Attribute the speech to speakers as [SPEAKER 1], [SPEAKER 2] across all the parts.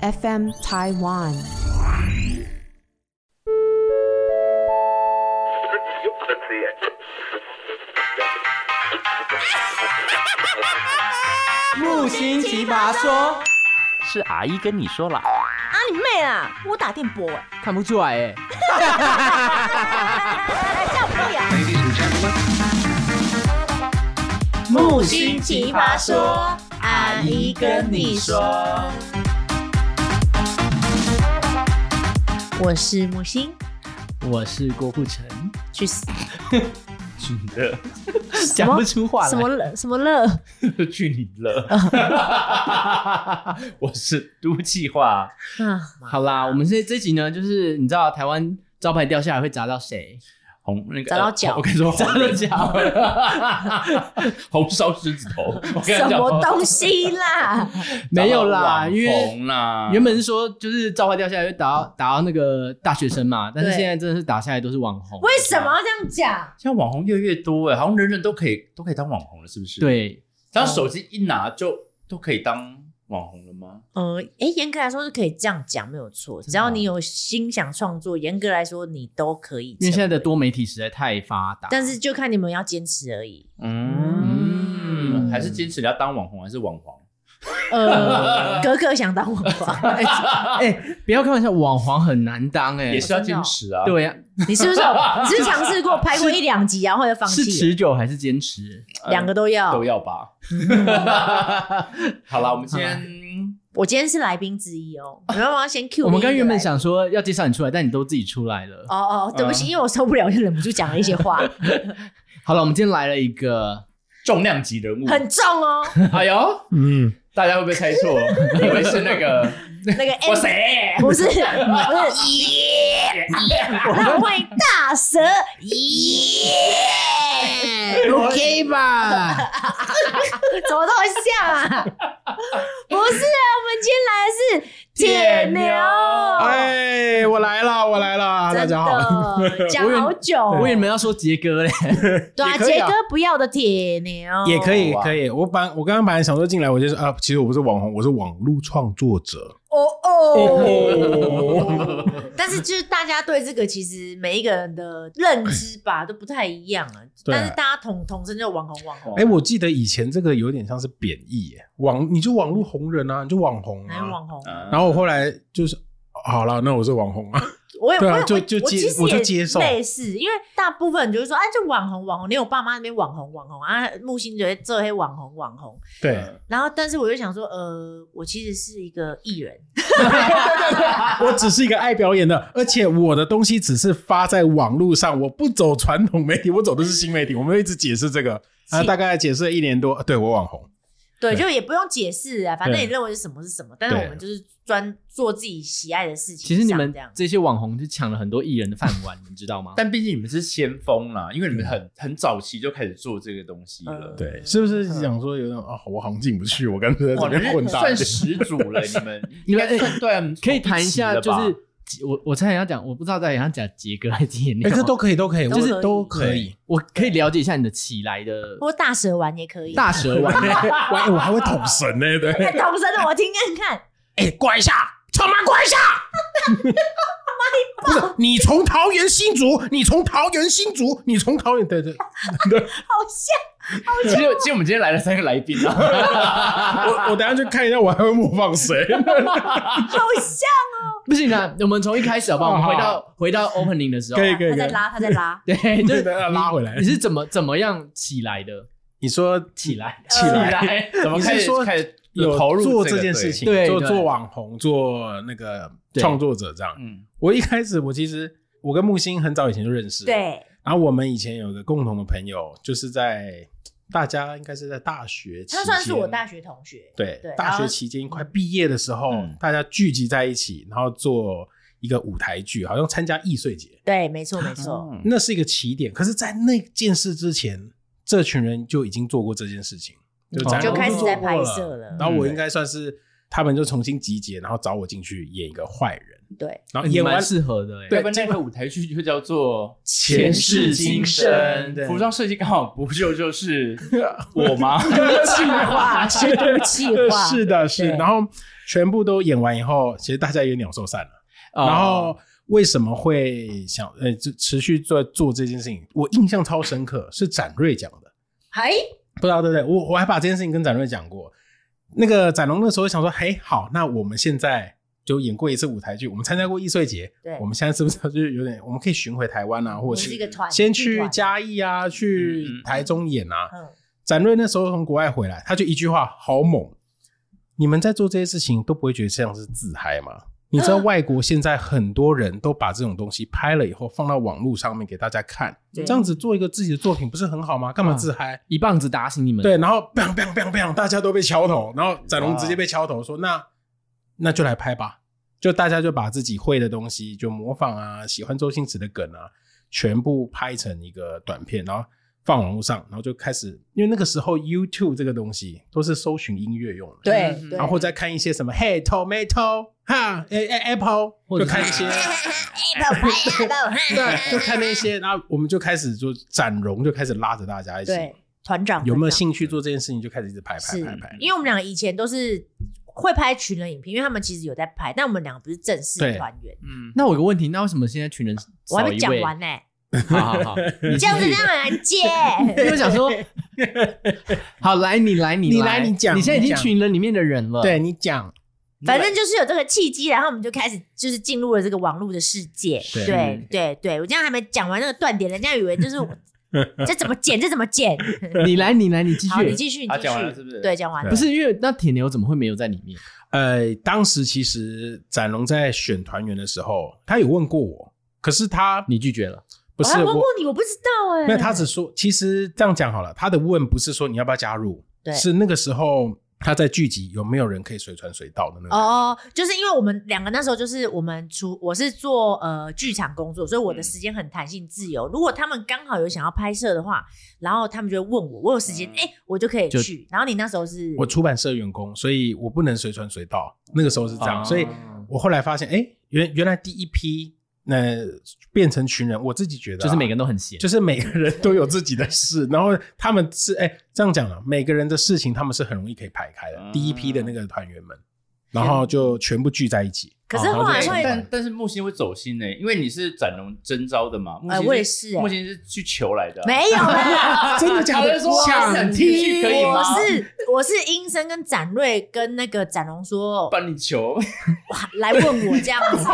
[SPEAKER 1] FM Taiwan。
[SPEAKER 2] Let's see it.
[SPEAKER 3] 木星奇葩说，
[SPEAKER 4] 是阿姨跟你 说了，
[SPEAKER 5] 啊你妹啊！我打电波哎、
[SPEAKER 3] 看不出来哎。
[SPEAKER 5] 欸，叫屁啊！
[SPEAKER 3] 木
[SPEAKER 5] 星奇葩说阿姨跟你说，我是木星，
[SPEAKER 3] 我是郭富城，
[SPEAKER 5] 去死！
[SPEAKER 4] 真的，
[SPEAKER 3] 讲不出话
[SPEAKER 5] 什么
[SPEAKER 3] 来，
[SPEAKER 5] 乐什么乐？
[SPEAKER 4] 去你了！我是都计划，
[SPEAKER 5] 啊，
[SPEAKER 3] 好啦，我们这这集呢，就是你知道台湾招牌掉下来会砸到谁？
[SPEAKER 4] 红那个呃
[SPEAKER 5] 找到脚
[SPEAKER 4] 我跟你 说，
[SPEAKER 3] 砸到脚，
[SPEAKER 4] 红烧狮子头， 我跟
[SPEAKER 5] 什
[SPEAKER 4] 你
[SPEAKER 5] 么
[SPEAKER 4] 讲，
[SPEAKER 5] 东西啦？
[SPEAKER 3] 没有 啦，
[SPEAKER 4] 网
[SPEAKER 3] 因为
[SPEAKER 4] 红啊啦，
[SPEAKER 3] 原本是说就是招牌掉下来会打到打到那个大学生嘛，但是
[SPEAKER 5] 对
[SPEAKER 3] 现在真的是打下来都是网红。
[SPEAKER 5] 为什么要这样讲？
[SPEAKER 4] 现在网红越来越多哎，好像人人都可以都可以当网红了，是不是？，
[SPEAKER 3] 对，
[SPEAKER 4] 当手机一拿就都可以当网红了吗？
[SPEAKER 5] 呃，诶，严格来说是可以这样讲，没有错。只要你有心想创作，严格来说你都可以。
[SPEAKER 3] 因为现在的，多媒体实在太发达，
[SPEAKER 5] 但是就看你们要坚持而已。
[SPEAKER 4] 嗯，还是坚持你要当网红还是网黄？
[SPEAKER 5] 呃，哥哥想当网红，
[SPEAKER 3] 哎、不要开玩笑，网黄很难当哎、
[SPEAKER 4] 也是要
[SPEAKER 5] 真的
[SPEAKER 4] 坚
[SPEAKER 5] 哦
[SPEAKER 4] 持啊。
[SPEAKER 3] 对呀、
[SPEAKER 5] 你是不是有？你是不是尝试过拍过一两集，然后就放
[SPEAKER 3] 是
[SPEAKER 5] 弃了？
[SPEAKER 3] 持久还是坚持？
[SPEAKER 4] 呃，
[SPEAKER 5] 两个都要。
[SPEAKER 4] 都要吧。好啦，我们今天
[SPEAKER 5] 我今天是来宾之一 哦，我要不要先 Q？
[SPEAKER 3] 我们刚
[SPEAKER 5] 另一个
[SPEAKER 3] 原本
[SPEAKER 5] 来宾
[SPEAKER 3] 想啊说要介绍你出来，但你都自己出来了。
[SPEAKER 5] 哦哦，对不起，
[SPEAKER 4] 嗯
[SPEAKER 5] 因为我受不了，我就忍不住讲了一些 话，
[SPEAKER 3] 好了，我们今天来了一个，
[SPEAKER 4] 重量级人物，
[SPEAKER 5] 很重哦。
[SPEAKER 4] 哎呦，
[SPEAKER 3] 嗯，
[SPEAKER 4] 大家会不会猜 错？以为是那个
[SPEAKER 5] 那个
[SPEAKER 4] 我
[SPEAKER 5] M
[SPEAKER 4] 谁？
[SPEAKER 5] 不是不是，耶！那我欢迎大蛇耶
[SPEAKER 3] OK 吧？
[SPEAKER 5] 怎么那么像啊？不是啊，我们今天来的是铁牛，
[SPEAKER 6] 哎，我来啦， 我来啦，
[SPEAKER 5] 哦
[SPEAKER 6] 大
[SPEAKER 5] 真的
[SPEAKER 6] 家好。
[SPEAKER 5] 讲好久哦，
[SPEAKER 3] 我以为你们要说杰哥 嘞，
[SPEAKER 5] 对啊，
[SPEAKER 6] 也可以
[SPEAKER 5] 杰
[SPEAKER 6] 啊
[SPEAKER 5] 哥不要的铁牛
[SPEAKER 6] 也可以，
[SPEAKER 4] 哇
[SPEAKER 6] 可以。我本我刚刚本来想说进来，我就是啊，其实我不是网红，我是网络创作者。
[SPEAKER 5] 哦
[SPEAKER 6] 哦
[SPEAKER 5] 哦，但是就是大家对这个其实每一个人的认知吧都不太一样啊。
[SPEAKER 6] 对啊
[SPEAKER 5] 但是大家统统称就网红网红，
[SPEAKER 6] 哎，我记得以前这个有点像是贬义耶，网你就网络红人啊，你就网红
[SPEAKER 5] 哪有
[SPEAKER 6] 啊。
[SPEAKER 5] 哎网
[SPEAKER 4] 嗯
[SPEAKER 5] 红？
[SPEAKER 6] 然后我后来就是好了，那我是网 红啊。
[SPEAKER 5] 我也
[SPEAKER 6] 对啊
[SPEAKER 5] 我也
[SPEAKER 6] 就
[SPEAKER 5] 我
[SPEAKER 6] 就
[SPEAKER 5] 我
[SPEAKER 6] 接
[SPEAKER 5] 其实
[SPEAKER 6] 我就
[SPEAKER 5] 也
[SPEAKER 6] 接受
[SPEAKER 5] 类似，因为大部分人就是说，哎，就网红网红，连我爸妈那边网红网红啊，木星觉得这黑网红网红。
[SPEAKER 6] 对，
[SPEAKER 4] 嗯
[SPEAKER 5] 然后，但是我就想说，呃，我其实是一个艺人，
[SPEAKER 6] 我只是一个爱表演的，而且我的东西只是发在网络上，我不走传统媒体，我走的是新媒体。我们一直解释这个啊，大概解释了一年多，对我网红。
[SPEAKER 5] 对，
[SPEAKER 6] 对
[SPEAKER 5] 就也不用解释啊，反正
[SPEAKER 6] 对
[SPEAKER 5] 你认为是什么是什么，但是
[SPEAKER 6] 对
[SPEAKER 5] 我们就是专做自己喜爱的事情上。
[SPEAKER 3] 其实你们
[SPEAKER 5] 这样
[SPEAKER 3] 这些网红就抢了很多艺人的饭碗，你们知道吗？
[SPEAKER 4] 但毕竟你们是先锋啦，因为你们很很早期就开始做这个东西了，
[SPEAKER 5] 嗯
[SPEAKER 6] 对，是不是想说有那种啊，我好像进不去，我干脆在
[SPEAKER 4] 哇，
[SPEAKER 6] 这
[SPEAKER 4] 你
[SPEAKER 6] 边混
[SPEAKER 4] 们
[SPEAKER 6] 大
[SPEAKER 4] 算
[SPEAKER 6] 点
[SPEAKER 4] 始祖了，你们
[SPEAKER 3] 你
[SPEAKER 4] 应
[SPEAKER 3] 们
[SPEAKER 4] 该算对啊，
[SPEAKER 3] 可以谈一下，就
[SPEAKER 4] 统一级了吧
[SPEAKER 3] 是我我猜你要讲，我不知道在想讲杰哥还是铁牛，
[SPEAKER 6] 哎、这都可以，都可以，
[SPEAKER 5] 都
[SPEAKER 6] 就
[SPEAKER 5] 可以
[SPEAKER 6] 是都可以。
[SPEAKER 3] 我可以了解一下你的起来的
[SPEAKER 5] 或大蛇丸也可以。
[SPEAKER 3] 大蛇丸。
[SPEAKER 6] 我、哎我还会捅神呢、对。
[SPEAKER 5] 哎同声的，我听看看。
[SPEAKER 6] 哎、过一下，他妈过一下！不是你从桃园新竹，你从桃园新竹，你从桃园，对对，
[SPEAKER 5] 好像
[SPEAKER 4] 其实其实我们今天来了三个来宾啊，
[SPEAKER 6] 我我等一下去看一下，我还会模仿谁？
[SPEAKER 5] 好像
[SPEAKER 3] 不行啊， 我们从一开始好不好？我们回
[SPEAKER 6] 哦好
[SPEAKER 3] 到回到 opening 的时候，。
[SPEAKER 6] 可以可
[SPEAKER 5] 他
[SPEAKER 6] 以，可
[SPEAKER 5] 在
[SPEAKER 6] 以
[SPEAKER 5] 拉，他在拉
[SPEAKER 3] 对，就是
[SPEAKER 6] 对要拉回来
[SPEAKER 3] 你你是怎么怎么样起来的？
[SPEAKER 6] 你说
[SPEAKER 3] 起来，
[SPEAKER 6] 起来，
[SPEAKER 4] 来，怎么
[SPEAKER 6] 你是
[SPEAKER 4] 开始
[SPEAKER 6] 说
[SPEAKER 4] 开始
[SPEAKER 6] 有
[SPEAKER 4] 投入
[SPEAKER 6] 做
[SPEAKER 4] 这
[SPEAKER 6] 这
[SPEAKER 4] 个
[SPEAKER 6] 件事？情，
[SPEAKER 3] 对
[SPEAKER 6] 做
[SPEAKER 3] 对
[SPEAKER 6] 做网红，做那个
[SPEAKER 3] 对
[SPEAKER 6] 创作者这样
[SPEAKER 4] 对。嗯，
[SPEAKER 6] 我一开始，我其实我跟木星很早以前就认识，。
[SPEAKER 5] 对，
[SPEAKER 6] 然后我们以前有个共同的朋友，就是在大家应该是在大学期间，
[SPEAKER 5] 他算是我大学同学。
[SPEAKER 6] 对
[SPEAKER 5] 对
[SPEAKER 6] 大学期间快毕业的时候，
[SPEAKER 4] 嗯
[SPEAKER 6] 大家聚集在一起，然后做一个舞台剧，好像参加易碎节，
[SPEAKER 5] 对，没错没错。
[SPEAKER 4] 嗯
[SPEAKER 6] 那是一个起点。可是，在那件事之前，这群人就已经做过这件事情，就
[SPEAKER 3] 哦
[SPEAKER 6] 展
[SPEAKER 5] 就
[SPEAKER 6] 览
[SPEAKER 5] 开始
[SPEAKER 6] 都做
[SPEAKER 5] 在
[SPEAKER 6] 过
[SPEAKER 5] 拍摄了
[SPEAKER 6] 然后我应该算是他们就重新集结，然后找我进去演一个坏人，
[SPEAKER 5] 对，
[SPEAKER 6] 然后
[SPEAKER 3] 也
[SPEAKER 6] 演完
[SPEAKER 3] 蛮适合的哎。
[SPEAKER 4] 要不然那个舞台剧就叫做《
[SPEAKER 6] 前
[SPEAKER 3] 世今
[SPEAKER 6] 生对
[SPEAKER 4] 服装设计刚好不就就是我吗？
[SPEAKER 5] 气化，是气化。
[SPEAKER 6] 是的，是。
[SPEAKER 5] 对
[SPEAKER 6] 然后全部都演完以后，其实大家也鸟兽散了。
[SPEAKER 3] 哦
[SPEAKER 6] 然后为什么会想呃就持续做做这件事情？我印象超深刻，是展瑞讲的，
[SPEAKER 5] 还
[SPEAKER 6] 不知道对不对？我我还把这件事情跟展瑞讲过。那个展龙那时候想说，嘿，好，那我们现在就演过一次舞台剧，我们参加过易碎节，
[SPEAKER 5] 对
[SPEAKER 6] 我们现在是不是就是有点，我们可以巡回台湾啊，或
[SPEAKER 5] 我
[SPEAKER 6] 者
[SPEAKER 5] 是一
[SPEAKER 6] 是
[SPEAKER 5] 个团，
[SPEAKER 6] 先
[SPEAKER 5] 一
[SPEAKER 6] 去
[SPEAKER 5] 团，
[SPEAKER 6] 嘉义啊，去台中演啊。
[SPEAKER 5] 嗯，
[SPEAKER 6] 展瑞那时候从国外回来，他就一句话，好猛！你们在做这些事情都不会觉得像是自嗨吗？你知道外国现在很多人都把这种东西拍了以后放到网络上面给大家看，
[SPEAKER 5] 对嗯
[SPEAKER 6] 这样子做一个自己的作品不是很好吗？干嘛自嗨？
[SPEAKER 3] 一棒子打醒你们。
[SPEAKER 6] 对，然后 bang bang bang bang，大家都被敲头，然后展龙直接被敲头
[SPEAKER 5] 啊
[SPEAKER 6] 说：“那那就来拍吧。”就大家就把自己会的东西，就模仿啊，喜欢周星驰的梗啊，全部拍成一个短片，然后放网络上，然后就开始，因为那个时候 YouTube 这个东西都是搜寻音乐用的，
[SPEAKER 5] 对
[SPEAKER 4] 嗯
[SPEAKER 5] 对，
[SPEAKER 6] 然后再看一些什么 Hey Tomato 哈，哎哎 Apple，
[SPEAKER 3] 或
[SPEAKER 6] 就
[SPEAKER 3] 者
[SPEAKER 6] 看一些。
[SPEAKER 5] 哎
[SPEAKER 6] 对，就看那些，然后我们就开始就展荣就开始拉着大家一起，
[SPEAKER 5] 对团长
[SPEAKER 6] 有没有
[SPEAKER 5] 团长
[SPEAKER 6] 兴趣做这件事情，就开始一直拍拍
[SPEAKER 5] 是
[SPEAKER 6] 拍拍。
[SPEAKER 5] 因为我们俩以前都是会拍群人影片，因为他们其实有在拍，但我们两个不是正式
[SPEAKER 6] 对
[SPEAKER 5] 团员。
[SPEAKER 4] 嗯，
[SPEAKER 3] 那我有个问题，那为什么现在群人
[SPEAKER 5] 我还
[SPEAKER 3] 少
[SPEAKER 5] 没
[SPEAKER 3] 一
[SPEAKER 5] 讲
[SPEAKER 3] 位？
[SPEAKER 5] 完呢、
[SPEAKER 3] 好好好，
[SPEAKER 5] 你 这样子让人接，
[SPEAKER 3] 因为我想说， 好来你来你
[SPEAKER 6] 你来你讲
[SPEAKER 3] 你现在已
[SPEAKER 6] 你
[SPEAKER 3] 经
[SPEAKER 6] 讲
[SPEAKER 3] 群人里面的人了。
[SPEAKER 6] 对你讲，
[SPEAKER 5] 反正就是有这个契机，然后我们就开始就是进入了这个网络的世界。
[SPEAKER 6] 对
[SPEAKER 4] 嗯
[SPEAKER 5] 对对对，我这样还没讲完那个断点，人家以为就是 我这怎么剪，这怎么剪？
[SPEAKER 3] 你来你来你继
[SPEAKER 5] 好，你
[SPEAKER 3] 续。
[SPEAKER 5] 继续，你
[SPEAKER 4] 他
[SPEAKER 5] 继
[SPEAKER 4] 讲完了是
[SPEAKER 5] 续，
[SPEAKER 4] 不是？啊
[SPEAKER 5] 对，讲完了
[SPEAKER 3] 不。是因为那铁牛怎么会没有在里面？
[SPEAKER 6] 呃，当时其实展龙在选团员的时候，他有问过我，可是他
[SPEAKER 3] 你拒绝了。
[SPEAKER 6] 不
[SPEAKER 5] 我
[SPEAKER 6] 是
[SPEAKER 5] 还问
[SPEAKER 6] 我
[SPEAKER 5] 过，你，我不知道哎、
[SPEAKER 6] 没有，他只说，其实这样讲好了，他的问不是说你要不要加入，
[SPEAKER 5] 对
[SPEAKER 6] 是那个时候他在剧集有没有人可以随传随到的那个。
[SPEAKER 5] 哦，就是因为我们两个那时候就是我们除我是做呃剧场工作，所以我
[SPEAKER 4] 嗯
[SPEAKER 5] 的时间很弹性自由。如果他们刚好有想要拍摄的话，然后他们就会问我，我有时
[SPEAKER 4] 嗯
[SPEAKER 5] 间，哎、我就可以
[SPEAKER 3] 就
[SPEAKER 5] 去。然后你那时候是
[SPEAKER 6] 我出版社员工，所以我不能随传随到。那个时候是这样，
[SPEAKER 4] 哦
[SPEAKER 6] 所以我后来发现，哎，原原来第一批那、呃变成群人，我自己觉得啊、
[SPEAKER 3] 就是每个人都很闲，
[SPEAKER 6] 就是每个人都有自己的事，然后他们是哎、这样讲了，每个人的事情他们是很容易可以排开的。
[SPEAKER 4] 嗯
[SPEAKER 6] 第一批的那个团员们，然后就全部聚在一起。
[SPEAKER 5] 可是
[SPEAKER 6] 哦然
[SPEAKER 5] 后来
[SPEAKER 6] 就
[SPEAKER 5] 会
[SPEAKER 6] 一起玩
[SPEAKER 4] 但但是木星会走心呢、因为你是展龙征招的嘛。木
[SPEAKER 5] 哎
[SPEAKER 4] 星
[SPEAKER 5] 我也是欸
[SPEAKER 4] 木星是去求来的啊、
[SPEAKER 5] 没 有啦。
[SPEAKER 6] 啊真的假
[SPEAKER 4] 他
[SPEAKER 6] 的
[SPEAKER 4] 就？说
[SPEAKER 6] 想听
[SPEAKER 4] 可以吗
[SPEAKER 5] 我是我是英生跟展瑞跟那个展龙 说
[SPEAKER 4] 帮你求，
[SPEAKER 5] 哇来问我这样子，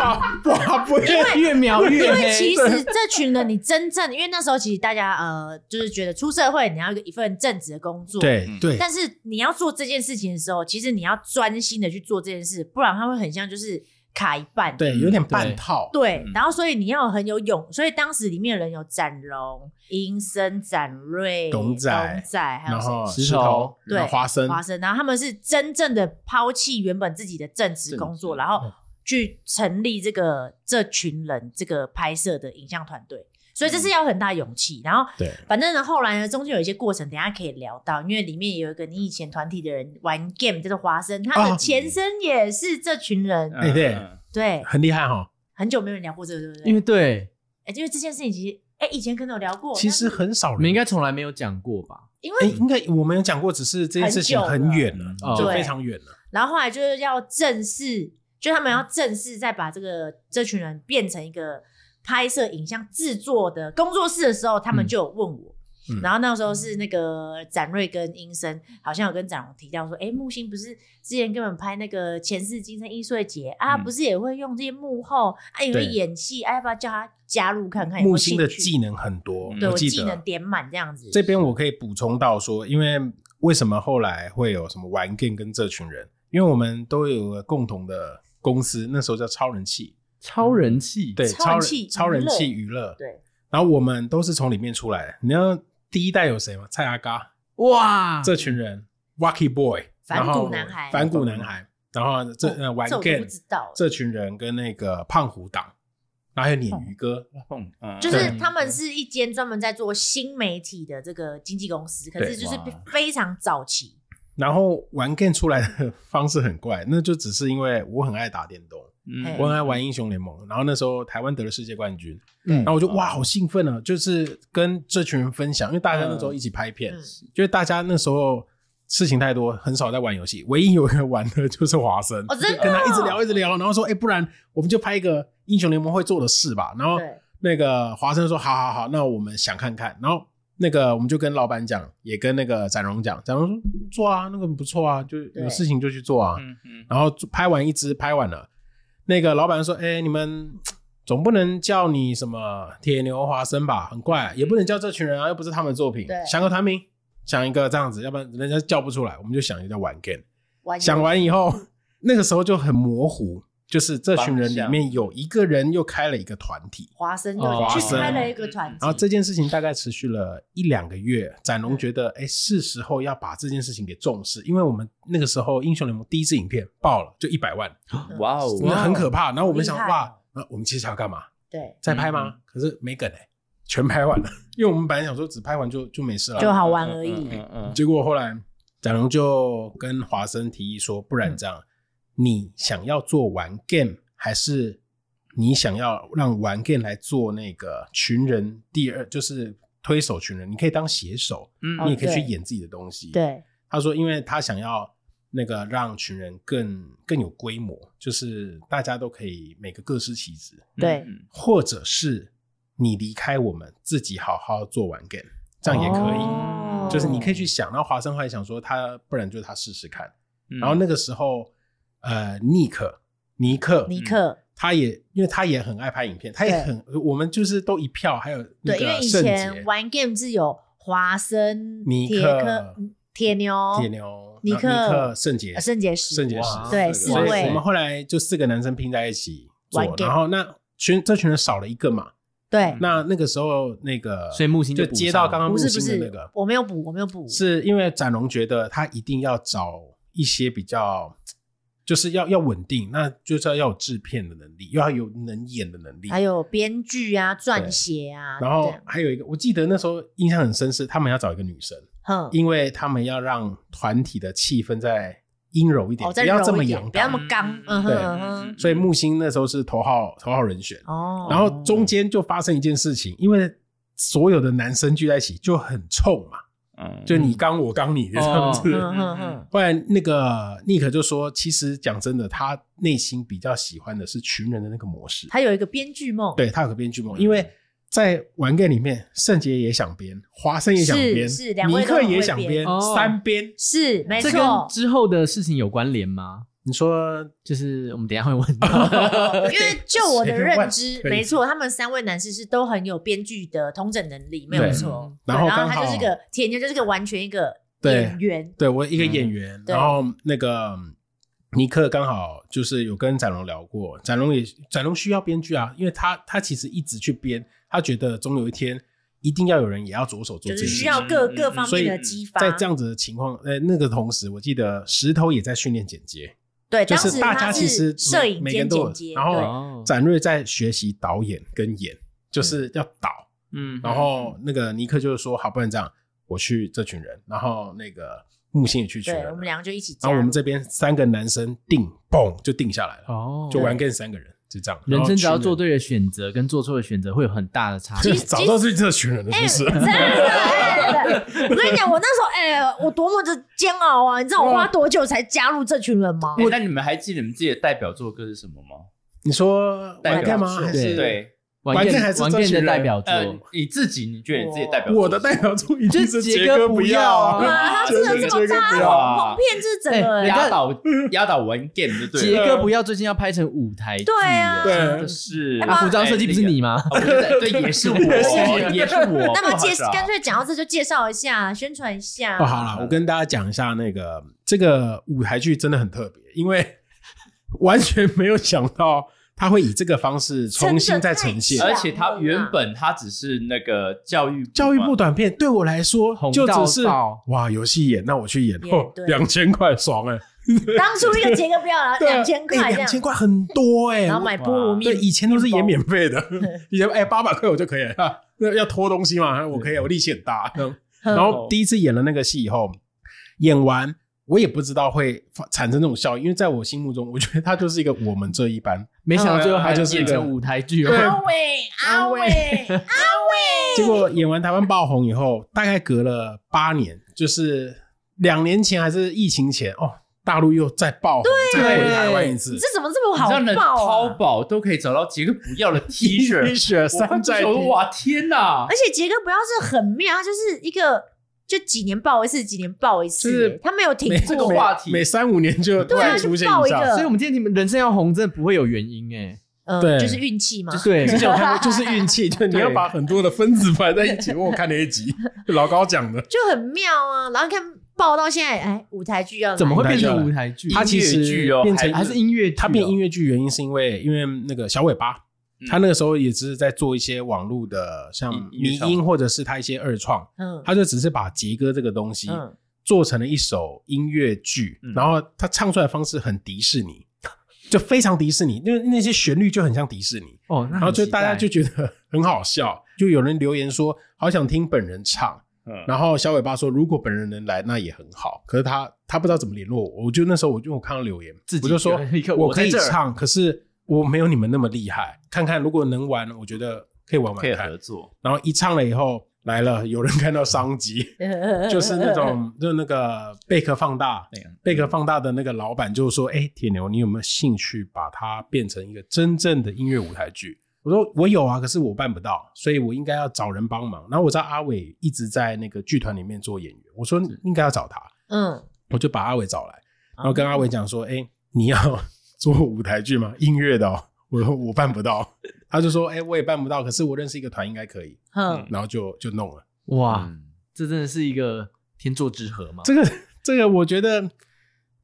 [SPEAKER 6] 哇，不会
[SPEAKER 3] 越描
[SPEAKER 5] 因
[SPEAKER 3] 越
[SPEAKER 5] 为
[SPEAKER 3] 黑
[SPEAKER 6] 哎
[SPEAKER 5] 其。实这群人你真正因为那时候其实大家呃就是觉得出社会你要一份正职的工作，
[SPEAKER 3] 嗯
[SPEAKER 6] 对对，
[SPEAKER 5] 但是你要做这件事情的时候，其实你要专心的去做这件事，不然它会很像就是卡一半。
[SPEAKER 6] 对，有点半套。
[SPEAKER 5] 对
[SPEAKER 4] 嗯
[SPEAKER 5] 然后所以你要很有勇，所以当时里面的人有展龙、英生、展瑞、
[SPEAKER 6] 董仔
[SPEAKER 5] 董仔还有
[SPEAKER 6] 然
[SPEAKER 5] 谁？
[SPEAKER 6] 后
[SPEAKER 3] 石头
[SPEAKER 6] 石头，
[SPEAKER 5] 对
[SPEAKER 6] 然后花生，
[SPEAKER 5] 华生，然后他们是真正的抛弃原本自己的正职工作，
[SPEAKER 4] 正职
[SPEAKER 5] 然后去成立这个这群人这个拍摄的影像团队，所以这是要很大勇气。然后
[SPEAKER 6] 对，
[SPEAKER 5] 反正呢后来呢中间有一些过程，等一下可以聊到，因为里面也有一个你以前团体的人玩 game 叫做华生，他
[SPEAKER 6] 哦
[SPEAKER 5] 的前身也是这群人，
[SPEAKER 6] 哎对
[SPEAKER 4] 嗯
[SPEAKER 5] 对，
[SPEAKER 6] 很厉害哈。
[SPEAKER 5] 很久没有人聊过这个，对不对？
[SPEAKER 3] 因为对，
[SPEAKER 5] 哎因为这件事情其实哎以前可能有聊过，
[SPEAKER 6] 其实
[SPEAKER 5] 但是
[SPEAKER 6] 很少
[SPEAKER 3] 我
[SPEAKER 6] 人，
[SPEAKER 3] 们应该从来没有讲过吧？
[SPEAKER 5] 因
[SPEAKER 6] 哎，
[SPEAKER 5] 为
[SPEAKER 6] 应该我们有讲过，只是这件事情
[SPEAKER 5] 很久
[SPEAKER 6] 很
[SPEAKER 5] 了
[SPEAKER 6] 远了，
[SPEAKER 3] 哦
[SPEAKER 6] 就
[SPEAKER 5] 对
[SPEAKER 6] 非常远了。
[SPEAKER 5] 然后后来就是要正式，就他们
[SPEAKER 6] 嗯
[SPEAKER 5] 要正式再把这个这群人变成一个拍摄影像制作的工作室的时候，他们就有问我。
[SPEAKER 6] 嗯
[SPEAKER 5] 然后那时候是那个展瑞跟英生，好像有跟展荣提到说，哎，木星不是之前跟我们拍那个前世今生易碎节啊，
[SPEAKER 4] 嗯
[SPEAKER 5] 不是也会用这些幕后啊，也会
[SPEAKER 6] 对
[SPEAKER 5] 演戏，啊，要不要叫他加入看看有没有
[SPEAKER 6] 木星的
[SPEAKER 5] 兴趣
[SPEAKER 6] 技能很多，
[SPEAKER 5] 对我
[SPEAKER 6] 记
[SPEAKER 5] 技
[SPEAKER 6] 得
[SPEAKER 5] 能点满这样子。
[SPEAKER 6] 这边我可以补充到说，因为为什么后来会有什么玩 game 跟这群人？因为我们都有个共同的公司，那时候叫超人气，
[SPEAKER 3] 超人气，
[SPEAKER 6] 嗯对，
[SPEAKER 5] 超
[SPEAKER 6] 超
[SPEAKER 5] 人
[SPEAKER 6] 人
[SPEAKER 5] 气
[SPEAKER 6] 超人气娱乐，
[SPEAKER 5] 对，
[SPEAKER 6] 然后我们都是从里面出来的。你知道第一代有谁吗？蔡阿嘎
[SPEAKER 3] 哇，
[SPEAKER 6] 这群人，Wacky Boy，
[SPEAKER 5] 啊嗯反骨
[SPEAKER 6] 然后
[SPEAKER 5] 男孩
[SPEAKER 6] 反骨男孩，然后这
[SPEAKER 5] 哦
[SPEAKER 6] 呃玩
[SPEAKER 5] 这我都
[SPEAKER 6] game
[SPEAKER 5] 不知道
[SPEAKER 6] 这群人跟那个胖虎党，然后还有鲶鱼哥，
[SPEAKER 5] 哦
[SPEAKER 4] 嗯
[SPEAKER 5] 就是
[SPEAKER 6] 对
[SPEAKER 5] 他们是一间专门在做新媒体的这个经纪公司，可是
[SPEAKER 6] 对
[SPEAKER 5] 就是
[SPEAKER 4] 哇
[SPEAKER 5] 非常早期。
[SPEAKER 6] 然后玩 game 出来的方式很怪，那就只是因为我很爱打电动。
[SPEAKER 4] 嗯
[SPEAKER 6] 我很爱玩英雄联盟，然后那时候台湾得了世界冠军，
[SPEAKER 3] 嗯
[SPEAKER 6] 然后我就哇好兴奋啊！就是跟这群人分享，因为大家那时候一起拍片，
[SPEAKER 5] 嗯，
[SPEAKER 6] 就是大家那时候事情太多，很少在玩游戏。唯一有一个玩的就是华生，
[SPEAKER 5] 哦真的哦
[SPEAKER 6] 跟他一直聊一直聊，然后说，哎、不然我们就拍一个英雄联盟会做的事吧。然后
[SPEAKER 5] 对
[SPEAKER 6] 那个华生说，好好好，那我们想看看。然后那个我们就跟老板讲，也跟那个展荣讲，展荣说做啊，那个很不错啊，就有
[SPEAKER 5] 对
[SPEAKER 6] 事情就去做啊。
[SPEAKER 4] 嗯嗯，
[SPEAKER 6] 然后拍完一支，拍完了，那个老板说：“哎、你们总不能叫你什么铁牛华生吧，很怪，也不能叫这群人啊，又不是他们的作品
[SPEAKER 5] 对，
[SPEAKER 6] 想个团名，想一个这样子，要不然人家叫不出来，我们就想一个叫玩 game。
[SPEAKER 5] 玩
[SPEAKER 6] 想完以后，那个时候就很模糊，就是这群人里
[SPEAKER 4] 方
[SPEAKER 6] 面有一个人又开了一个团体。”
[SPEAKER 5] 华生
[SPEAKER 3] 哦
[SPEAKER 5] 又去
[SPEAKER 6] 华生嗯
[SPEAKER 5] 开了一个团体
[SPEAKER 6] 然后，这件事情大概持续了一两个月，展龙觉得，哎，是时候要把这件事情给重视，因为我们那个时候英雄联盟第一支影片爆了，就一百万，
[SPEAKER 4] 哇哦，
[SPEAKER 6] 那很可怕。然后我们想，
[SPEAKER 5] 厉害嗯
[SPEAKER 6] 哇，那我们接下来要干嘛？
[SPEAKER 5] 对，
[SPEAKER 6] 再拍吗？可是没梗哎、全拍完了。 因为我们本来想说只拍完就就没事了，
[SPEAKER 5] 就好玩而已。
[SPEAKER 4] 嗯嗯
[SPEAKER 6] 结果后来展龙就跟华生提议说，不
[SPEAKER 5] 嗯
[SPEAKER 6] 然这样，你想要做玩 game 还是你想要让玩 game 来做那个群人第二，就是推手群人，你可以当写手，
[SPEAKER 4] 嗯
[SPEAKER 6] 你也可以去
[SPEAKER 5] 哦对
[SPEAKER 6] 演自己的东西。，
[SPEAKER 5] 对，
[SPEAKER 6] 他说，因为他想要那个让群人更更有规模，就是大家都可以每个各司其职，
[SPEAKER 5] 对
[SPEAKER 6] 或者是你离开我们，自己好好做玩 game，这样也可以。
[SPEAKER 5] 哦
[SPEAKER 6] 就是你可以去想，然后华生后来想说他，不然就是他试试看。
[SPEAKER 4] 嗯
[SPEAKER 6] 然后那个时候，呃，尼克尼克
[SPEAKER 5] 尼克，
[SPEAKER 6] 他也因为他也很爱拍影片，他也
[SPEAKER 5] 对
[SPEAKER 6] 很我们就是都一票，还有那
[SPEAKER 5] 对，因为
[SPEAKER 6] 个
[SPEAKER 5] 以
[SPEAKER 6] 圣
[SPEAKER 5] 前
[SPEAKER 6] 杰、
[SPEAKER 5] 玩 game 是有华生、
[SPEAKER 6] 尼
[SPEAKER 5] 铁
[SPEAKER 6] 克
[SPEAKER 5] 克、铁牛、
[SPEAKER 6] 铁牛、
[SPEAKER 5] 尼
[SPEAKER 6] 然后尼
[SPEAKER 5] 克
[SPEAKER 6] 克、圣杰
[SPEAKER 5] 呃、、圣结石，
[SPEAKER 6] 圣杰
[SPEAKER 4] 哇
[SPEAKER 6] 是
[SPEAKER 5] 对
[SPEAKER 4] 这
[SPEAKER 5] 四
[SPEAKER 4] 个
[SPEAKER 6] 所以
[SPEAKER 5] 位
[SPEAKER 6] 我们后来就四个男生拼在一起
[SPEAKER 5] 玩
[SPEAKER 6] 做，
[SPEAKER 5] game
[SPEAKER 6] 然后那群这群人少了一个嘛，
[SPEAKER 5] 对，
[SPEAKER 6] 那那个时候那个
[SPEAKER 3] 所以木星
[SPEAKER 6] 就
[SPEAKER 3] 就补
[SPEAKER 6] 接到
[SPEAKER 3] 上
[SPEAKER 6] 刚刚木
[SPEAKER 5] 不是不
[SPEAKER 6] 星的
[SPEAKER 5] 是
[SPEAKER 6] 那个，，
[SPEAKER 5] 我没有补，我没有补，
[SPEAKER 6] 是因为展龙觉得他一定要找一些比较，就是要要稳定，那就是要要有制片的能力，又要有能演的能力，
[SPEAKER 5] 还有编剧啊、撰写啊，
[SPEAKER 6] 然后
[SPEAKER 5] 对
[SPEAKER 6] 还有一个，我记得那时候印象很深是他们要找一个女生，
[SPEAKER 5] 哼，
[SPEAKER 6] 因为他们要让团体的气氛再阴柔一点，
[SPEAKER 5] 哦，
[SPEAKER 6] 不
[SPEAKER 5] 再
[SPEAKER 6] 要
[SPEAKER 5] 柔
[SPEAKER 6] 这么
[SPEAKER 5] 一点
[SPEAKER 6] 阳
[SPEAKER 5] 不要
[SPEAKER 6] 刚。
[SPEAKER 5] 那么刚，嗯哼
[SPEAKER 6] 对
[SPEAKER 5] 嗯哼，
[SPEAKER 6] 所以木星那时候是头号头号人选，
[SPEAKER 5] 哦，
[SPEAKER 6] 然后中间就发生一件事情，因为所有的男生聚在一起就很冲嘛，
[SPEAKER 4] 嗯
[SPEAKER 6] 就你刚我刚你的这样子。
[SPEAKER 5] 嗯 哼哼，
[SPEAKER 6] 后来那个尼克就说，其实讲真的，他内心比较喜欢的是群人的那个模式。
[SPEAKER 5] 他有嗯一个编剧梦，
[SPEAKER 6] 对他有个编剧梦，因为在玩 game 里面，圣杰也想编，华生也想编，
[SPEAKER 5] 是是两位
[SPEAKER 6] 尼
[SPEAKER 5] 都很
[SPEAKER 6] 克
[SPEAKER 5] 会
[SPEAKER 6] 也想
[SPEAKER 5] 编
[SPEAKER 6] 编
[SPEAKER 3] 哦，
[SPEAKER 6] 三编。
[SPEAKER 5] 是没
[SPEAKER 3] 这跟
[SPEAKER 5] 错，
[SPEAKER 3] 之后的事情有关联吗？
[SPEAKER 6] 你说
[SPEAKER 3] 就是我们等一下会问
[SPEAKER 6] 哦
[SPEAKER 3] 到。
[SPEAKER 5] 因为就我的认知
[SPEAKER 6] 谁，会
[SPEAKER 5] 没错，他们三位男士是都很有编剧的通整能力，没有错。对
[SPEAKER 6] 然后
[SPEAKER 5] 然
[SPEAKER 6] 刚
[SPEAKER 5] 后他
[SPEAKER 6] 好
[SPEAKER 5] 就是个铁牛，就是个完全一个
[SPEAKER 6] 对
[SPEAKER 5] 演员，
[SPEAKER 6] 对我
[SPEAKER 3] 嗯
[SPEAKER 6] 一个演员，
[SPEAKER 5] 对
[SPEAKER 6] 然后那个嗯尼克刚好就是有跟展龙聊过，展龙也展龙需要编剧啊，因为他他其实一直去编，他觉得总有一天一定要有人也要着手做
[SPEAKER 5] 就
[SPEAKER 6] 这
[SPEAKER 5] 是
[SPEAKER 6] 件事
[SPEAKER 5] 需
[SPEAKER 6] 情。
[SPEAKER 5] 要各
[SPEAKER 4] 嗯
[SPEAKER 5] 各方
[SPEAKER 6] 所
[SPEAKER 5] 面
[SPEAKER 6] 以
[SPEAKER 5] 的激发。
[SPEAKER 6] 在这样子的情况，呃，那个同时，我记得石头也在训练剪接，
[SPEAKER 5] 对，
[SPEAKER 6] 就
[SPEAKER 5] 当
[SPEAKER 6] 是
[SPEAKER 5] 时
[SPEAKER 6] 大
[SPEAKER 5] 他
[SPEAKER 6] 家其实
[SPEAKER 5] 是摄影
[SPEAKER 6] 每个
[SPEAKER 5] 兼
[SPEAKER 6] 人都有
[SPEAKER 5] 剪接，
[SPEAKER 6] 然后
[SPEAKER 5] 对
[SPEAKER 3] 哦
[SPEAKER 6] 展瑞在学习导演跟演，就是要导。
[SPEAKER 3] 嗯
[SPEAKER 6] 然后那个尼克就是说，好，不然这样，我去这群人，然后那个木星也去群人
[SPEAKER 5] 对，我们两个就一起加
[SPEAKER 6] 然
[SPEAKER 5] 入。
[SPEAKER 6] 后我们这边三个男生定，嘣就定下来了，
[SPEAKER 3] 哦，
[SPEAKER 6] 就玩 game 三个人，就这样。
[SPEAKER 3] 人生只要做
[SPEAKER 6] 对，
[SPEAKER 3] 对的选择，跟做错的选择会有很大的差别。
[SPEAKER 6] 找到是这群人的
[SPEAKER 5] 哎，
[SPEAKER 6] 故事
[SPEAKER 5] 真。的，哎真的我跟你讲，我那时候哎，我多么的煎熬啊！你知道我花多久才加入这群人吗？
[SPEAKER 4] 哎那你们还记得你们自己的代表作歌是什么吗？
[SPEAKER 6] 你说
[SPEAKER 4] 代
[SPEAKER 6] 玩
[SPEAKER 4] 表
[SPEAKER 6] game 吗？还是
[SPEAKER 4] 对对，
[SPEAKER 3] 玩
[SPEAKER 6] 玩
[SPEAKER 3] game
[SPEAKER 6] 还是
[SPEAKER 3] 玩
[SPEAKER 6] 这
[SPEAKER 3] game
[SPEAKER 6] 群
[SPEAKER 3] 的
[SPEAKER 6] 人
[SPEAKER 3] 代表作，
[SPEAKER 4] 呃，你自己你觉得你自己的代表作？
[SPEAKER 6] 我的代表作一定是
[SPEAKER 3] 就杰
[SPEAKER 6] 杰
[SPEAKER 3] 哥
[SPEAKER 6] 哥
[SPEAKER 3] 不
[SPEAKER 6] 不
[SPEAKER 3] 要
[SPEAKER 6] 要
[SPEAKER 3] 啊
[SPEAKER 6] 啊！
[SPEAKER 5] 哇，他
[SPEAKER 6] 绝
[SPEAKER 5] 真
[SPEAKER 6] 对
[SPEAKER 5] 的这么哦
[SPEAKER 6] 绝对
[SPEAKER 5] 渣，
[SPEAKER 6] 不啊
[SPEAKER 4] 要
[SPEAKER 5] 红红骗是整个
[SPEAKER 3] 哎
[SPEAKER 5] 人
[SPEAKER 4] 压倒压倒玩 game 就对
[SPEAKER 3] 杰
[SPEAKER 4] 了，
[SPEAKER 6] 呃
[SPEAKER 3] 哥不要最近要拍成舞台剧，
[SPEAKER 5] 对啊
[SPEAKER 3] 哎
[SPEAKER 6] 对
[SPEAKER 3] 真的是
[SPEAKER 4] 是
[SPEAKER 3] 啊，服装设计不是
[SPEAKER 6] 哎
[SPEAKER 3] 你
[SPEAKER 4] 吗？
[SPEAKER 3] 吗？
[SPEAKER 4] 哦不是对，也是我，哦也是我。
[SPEAKER 5] 那么
[SPEAKER 4] 不好
[SPEAKER 5] 介
[SPEAKER 4] 意思啊
[SPEAKER 5] 干脆讲到这就介绍一下，宣传一下。
[SPEAKER 6] 哦，好了，我跟大家讲一下那个这个舞台剧真的很特别，因为 完全没有想到他会以这个方式重新再呈现
[SPEAKER 5] 真。的
[SPEAKER 4] 而
[SPEAKER 5] 太
[SPEAKER 4] 且他原本他只是那个教育
[SPEAKER 6] 教育部
[SPEAKER 4] 嘛
[SPEAKER 6] 短片对我来说
[SPEAKER 3] 红
[SPEAKER 6] 就
[SPEAKER 3] 到
[SPEAKER 6] 只是
[SPEAKER 3] 爆
[SPEAKER 6] 哇，游戏演，那我去演，
[SPEAKER 5] 演
[SPEAKER 6] 哦
[SPEAKER 5] 对，
[SPEAKER 6] 两千块爽哎、
[SPEAKER 5] 当初一个杰克不要了两千块这
[SPEAKER 6] 啊两
[SPEAKER 5] 样，
[SPEAKER 6] 千块很多哎、
[SPEAKER 5] 然后买菠萝蜜
[SPEAKER 6] 对，，以前都是演
[SPEAKER 5] 面
[SPEAKER 6] 免费的，以前哎八百块我就可以了，那要拖东西嘛，我可以，我力气很大。这样
[SPEAKER 5] 嗯
[SPEAKER 6] 然
[SPEAKER 3] 哦
[SPEAKER 6] 后第一次演了那个戏以后，演完我也不知道会发产生这种效应，因为在我心目中，我觉得它就是一个我们这一班。
[SPEAKER 3] 没想到最后还
[SPEAKER 6] 嗯就是
[SPEAKER 3] 演
[SPEAKER 6] 一个
[SPEAKER 3] 成舞台剧
[SPEAKER 6] 对
[SPEAKER 3] 哦。
[SPEAKER 5] 阿伟啊阿伟，
[SPEAKER 6] 结果演完台湾爆红以后，大概隔了八年，就是两年前还是疫情前哦，大陆又再爆红，再回台湾一次
[SPEAKER 5] 你这怎么这么好
[SPEAKER 4] 你知道，
[SPEAKER 5] 爆
[SPEAKER 4] 淘
[SPEAKER 5] 啊？
[SPEAKER 4] 宝都可以找到杰哥不要的 T 恤，
[SPEAKER 6] 恤
[SPEAKER 4] 我看
[SPEAKER 6] 山
[SPEAKER 4] 这
[SPEAKER 6] 寨 T，
[SPEAKER 4] 种哇天哪
[SPEAKER 5] 而！且杰哥不要是很妙，他就是一个就几年爆一次，几年爆一
[SPEAKER 6] 就
[SPEAKER 5] 次
[SPEAKER 6] 是
[SPEAKER 5] 欸，他没有停
[SPEAKER 6] 每
[SPEAKER 5] 过。
[SPEAKER 4] 这个话题
[SPEAKER 6] 每三五年就突
[SPEAKER 5] 对啊
[SPEAKER 6] 然出现
[SPEAKER 5] 就爆一
[SPEAKER 6] 下
[SPEAKER 5] 个。
[SPEAKER 3] 所以我们今天你们人生要红，真的不会有原因哎、
[SPEAKER 5] 嗯，
[SPEAKER 6] 对
[SPEAKER 5] 就是运气嘛。
[SPEAKER 3] 对，
[SPEAKER 6] 之前我看过，就是运气，就你要
[SPEAKER 3] 对
[SPEAKER 6] 把很多的分子摆在 一起。我有看了一集，老高讲的，
[SPEAKER 5] 就很妙啊。然后你看爆到现在，哎，舞台剧要
[SPEAKER 3] 怎么会变成
[SPEAKER 6] 舞
[SPEAKER 3] 舞台剧？
[SPEAKER 6] 它其
[SPEAKER 4] 音乐剧
[SPEAKER 6] 实
[SPEAKER 4] 哦
[SPEAKER 6] 变成
[SPEAKER 3] 还是音乐剧哦，
[SPEAKER 6] 它变音乐剧原因是因为因为那个小尾巴，他那个时候也只是在做一些网络的像
[SPEAKER 4] 音
[SPEAKER 6] 迷
[SPEAKER 4] 音乐创
[SPEAKER 6] 音或者是他一些二创，
[SPEAKER 5] 嗯
[SPEAKER 6] 他就只是把杰哥这个东西
[SPEAKER 5] 嗯，
[SPEAKER 6] 做成了一首音乐剧，
[SPEAKER 4] 嗯
[SPEAKER 6] 然后他唱出来的方式很迪士尼，就非常迪士尼，因为那些旋律就很像迪士尼，
[SPEAKER 3] 哦，那
[SPEAKER 6] 然后就
[SPEAKER 3] 很期待
[SPEAKER 6] 大家就觉得很好笑， 就有人留言说好想听本人唱。
[SPEAKER 4] 嗯，
[SPEAKER 6] 然后小尾巴说，如果本人能来，那也很好。可是他他不知道怎么联络我，我就那时候我就我看到留言，
[SPEAKER 3] 自己
[SPEAKER 6] 我就说
[SPEAKER 3] 有一个
[SPEAKER 6] 我
[SPEAKER 3] 我
[SPEAKER 6] 可
[SPEAKER 3] 在
[SPEAKER 6] 以
[SPEAKER 3] 这儿
[SPEAKER 6] 唱，可是我没有你们那么厉害。看看如果能玩，我觉得可以玩
[SPEAKER 4] 可以
[SPEAKER 6] 玩看
[SPEAKER 4] 合。作，
[SPEAKER 6] 然后一唱了以后来了，有人看到 商机，就是那种就那个贝壳放大，
[SPEAKER 4] 那样
[SPEAKER 6] 贝壳放大的那个老板就说：“哎，铁牛，你有没有兴趣把它变成一个真正的音乐舞台剧？”我说：“我有啊，可是我办不到，所以我应该要找人帮忙。”然后我知道阿伟一直在那个剧团里面做演员，我说应该要找他，
[SPEAKER 5] 嗯，
[SPEAKER 6] 我就把阿伟找来，然后跟阿伟讲说：“哎，你要做舞台剧吗？音乐的、哦。”我说：“我办不到。”他就说：“哎，我也办不到，可是我认识一个团，应该可以。
[SPEAKER 5] 哼”，
[SPEAKER 6] 然后就就弄了。
[SPEAKER 3] 哇，
[SPEAKER 4] 嗯
[SPEAKER 3] 这真的是一个天作之合嘛？
[SPEAKER 6] 这个这个，我觉得，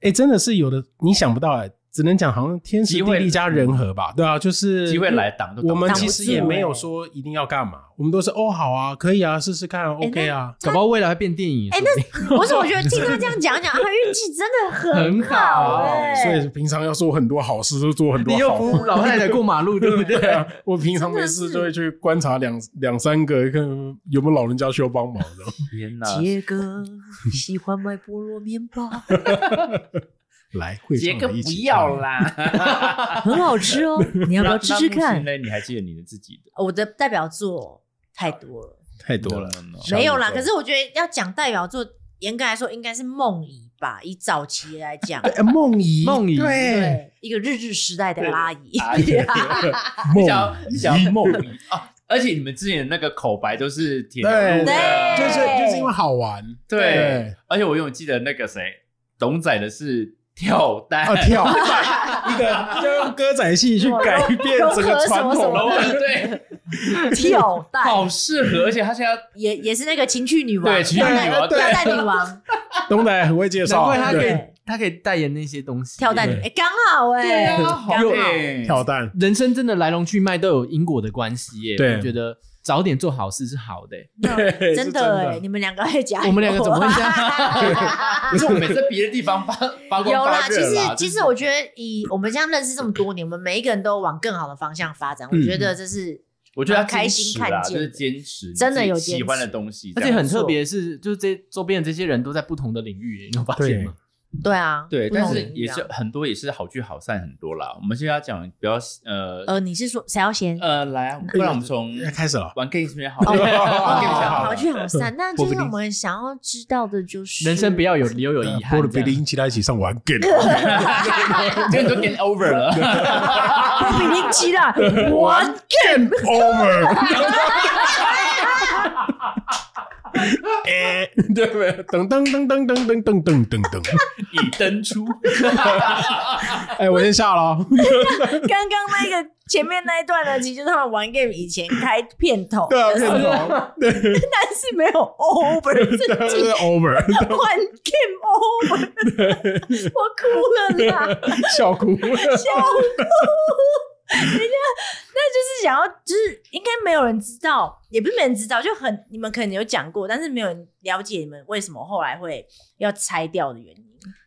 [SPEAKER 6] 哎、真的是有的，你想不到哎、只能讲好像天时
[SPEAKER 4] 机
[SPEAKER 6] 地
[SPEAKER 4] 会
[SPEAKER 6] 利加人和吧，对啊，就是
[SPEAKER 4] 机会来挡都挡不住
[SPEAKER 6] 我们其实也
[SPEAKER 5] 挡不住哎
[SPEAKER 6] 没有说一定要干嘛，我们都是哦，好啊，可以啊，试试看
[SPEAKER 5] 哎
[SPEAKER 6] 啊、o k 啊，
[SPEAKER 3] 搞不好未来会变电影也说不定。
[SPEAKER 5] 不是，我觉得听他这样讲讲，他运气真的很
[SPEAKER 3] 很好
[SPEAKER 5] 好
[SPEAKER 6] 所以
[SPEAKER 5] 哎。
[SPEAKER 6] 平常要做很多好事，就做很多
[SPEAKER 3] 你又
[SPEAKER 6] 好
[SPEAKER 3] 扶
[SPEAKER 6] 事。
[SPEAKER 3] 老太太过马路，对不对？
[SPEAKER 6] 对啊，我平常没
[SPEAKER 5] 真
[SPEAKER 6] 事
[SPEAKER 5] 的是
[SPEAKER 6] 就会去观察两两三个，看有没有老人家需要帮忙的。
[SPEAKER 4] 天哪！
[SPEAKER 5] 杰哥喜欢买菠萝面包，
[SPEAKER 6] 来，会
[SPEAKER 4] 杰
[SPEAKER 6] 唱
[SPEAKER 4] 哥
[SPEAKER 6] 的一
[SPEAKER 4] 不
[SPEAKER 6] 起
[SPEAKER 4] 要
[SPEAKER 6] 唱
[SPEAKER 4] 啦，
[SPEAKER 5] 很好吃哦， 你要不要吃吃看？
[SPEAKER 4] 呢，你还记得你的自己的？
[SPEAKER 5] 我的代表作太多了，
[SPEAKER 6] 太多了。
[SPEAKER 4] No, no, no
[SPEAKER 5] 没有啦。
[SPEAKER 6] 小宇宙
[SPEAKER 5] 可是我 觉得要讲代表作，严格来说应该是梦遗吧，以早期来讲，
[SPEAKER 4] 啊
[SPEAKER 6] 哎梦怡，
[SPEAKER 3] 梦怡
[SPEAKER 6] 对，
[SPEAKER 5] 对，一个日治时代的阿姨，
[SPEAKER 4] 阿姨啊你想要你想要梦
[SPEAKER 6] 梦
[SPEAKER 4] 遗啊！而且你们之前那个口白都是铁
[SPEAKER 6] 对
[SPEAKER 4] 路的，
[SPEAKER 6] 就是
[SPEAKER 5] 对
[SPEAKER 6] 就是因为好玩，
[SPEAKER 4] 对
[SPEAKER 6] 对。
[SPEAKER 4] 而且我永远记得那个谁，董仔的是跳蛋
[SPEAKER 6] 啊，， 跳一个要用歌仔戏去改变整个传
[SPEAKER 5] 融合什么
[SPEAKER 6] 统
[SPEAKER 5] 什么
[SPEAKER 6] 了。
[SPEAKER 4] 然后 对，
[SPEAKER 5] 跳蛋
[SPEAKER 4] 好适合，而且他现在
[SPEAKER 5] 也也是那个情趣女王，
[SPEAKER 4] 对情趣女王
[SPEAKER 5] 跳
[SPEAKER 4] 对
[SPEAKER 5] 蛋女 王，
[SPEAKER 6] 东仔很会介
[SPEAKER 3] 难
[SPEAKER 6] 绍
[SPEAKER 3] 怪，他可以
[SPEAKER 5] 对，
[SPEAKER 3] 他可以代言那些东西。
[SPEAKER 5] 跳蛋女，
[SPEAKER 6] 对
[SPEAKER 5] 哎，刚好
[SPEAKER 4] 对
[SPEAKER 5] 哎，
[SPEAKER 4] 啊，
[SPEAKER 5] 刚
[SPEAKER 4] 好
[SPEAKER 5] 好
[SPEAKER 4] 欸
[SPEAKER 6] 跳 蛋，
[SPEAKER 3] 人生真的来龙去脉都有因果的关系耶。
[SPEAKER 6] 对
[SPEAKER 3] 我觉得早点做好事是好的耶。
[SPEAKER 6] 对，
[SPEAKER 5] 真
[SPEAKER 6] 是
[SPEAKER 5] 的哎，
[SPEAKER 6] 的
[SPEAKER 5] 你们两个会加油，
[SPEAKER 3] 我们两个怎么会这
[SPEAKER 4] 可是我们在别的地方发发光
[SPEAKER 5] 有啦，
[SPEAKER 4] 发
[SPEAKER 5] 其
[SPEAKER 4] 热
[SPEAKER 5] 实
[SPEAKER 4] 啦，
[SPEAKER 5] 其
[SPEAKER 4] 就是
[SPEAKER 5] 实我觉得以我们这样认识这么多年，我们每一个人都往更好的方向发展，我
[SPEAKER 6] 嗯
[SPEAKER 5] 觉得这是
[SPEAKER 4] 我觉得要
[SPEAKER 5] 蛮开
[SPEAKER 4] 坚
[SPEAKER 5] 心
[SPEAKER 4] 持
[SPEAKER 5] 看
[SPEAKER 4] 啦，
[SPEAKER 5] 见
[SPEAKER 4] 就
[SPEAKER 5] 的
[SPEAKER 4] 是坚持，
[SPEAKER 5] 真的有
[SPEAKER 4] 你自己喜
[SPEAKER 5] 坚
[SPEAKER 4] 欢
[SPEAKER 5] 持
[SPEAKER 4] 的东西，
[SPEAKER 3] 而
[SPEAKER 4] 这
[SPEAKER 3] 且
[SPEAKER 4] 样
[SPEAKER 3] 很特别的是，就是这周边的这些人都在不同的领域耶，你有发现
[SPEAKER 6] 对
[SPEAKER 3] 吗？
[SPEAKER 5] 对啊，
[SPEAKER 4] 对，
[SPEAKER 5] 不
[SPEAKER 4] 但
[SPEAKER 5] 同
[SPEAKER 4] 是
[SPEAKER 5] 领域
[SPEAKER 4] 也
[SPEAKER 5] 啊
[SPEAKER 4] 是很多也是好聚好散很多啦。我们现在要讲比较呃
[SPEAKER 5] 呃，你是说谁要先？
[SPEAKER 4] 呃，来
[SPEAKER 6] 哎
[SPEAKER 4] 啊，不然我们从
[SPEAKER 6] 要开始了。
[SPEAKER 4] 玩 game 这边好了，
[SPEAKER 5] 哦
[SPEAKER 4] 玩 game 先好
[SPEAKER 5] 好
[SPEAKER 4] 了。
[SPEAKER 5] 聚好散，那就
[SPEAKER 4] 不
[SPEAKER 5] 是
[SPEAKER 4] 理
[SPEAKER 5] 我们想要知道的就是
[SPEAKER 3] 人 生不要有留有遗憾
[SPEAKER 6] 波。比
[SPEAKER 3] 这样
[SPEAKER 6] 林起来一起上玩 game，
[SPEAKER 4] 这个就 get over 了，
[SPEAKER 5] 波比林奇啦，我
[SPEAKER 6] game over。哎，对不对？噔噔噔噔噔噔噔噔噔噔。
[SPEAKER 4] 已登出。
[SPEAKER 6] 哎，我先下了 哦。
[SPEAKER 5] 刚刚那个前面那一段呢，其实就是他们玩 game 以前开片头，
[SPEAKER 6] 对啊，
[SPEAKER 5] 就是
[SPEAKER 6] 片头，对对
[SPEAKER 5] 但是没有 over 这
[SPEAKER 6] 对
[SPEAKER 5] 句
[SPEAKER 6] 对 over，
[SPEAKER 5] 玩 game over，我哭了啦，
[SPEAKER 6] 笑哭。
[SPEAKER 5] 笑哭。等一下，那就是想要，就是应该没有人知道，也不是没人知道，就很你们可能有讲过，但是没有人了解你们为什么后来会要拆掉的原因。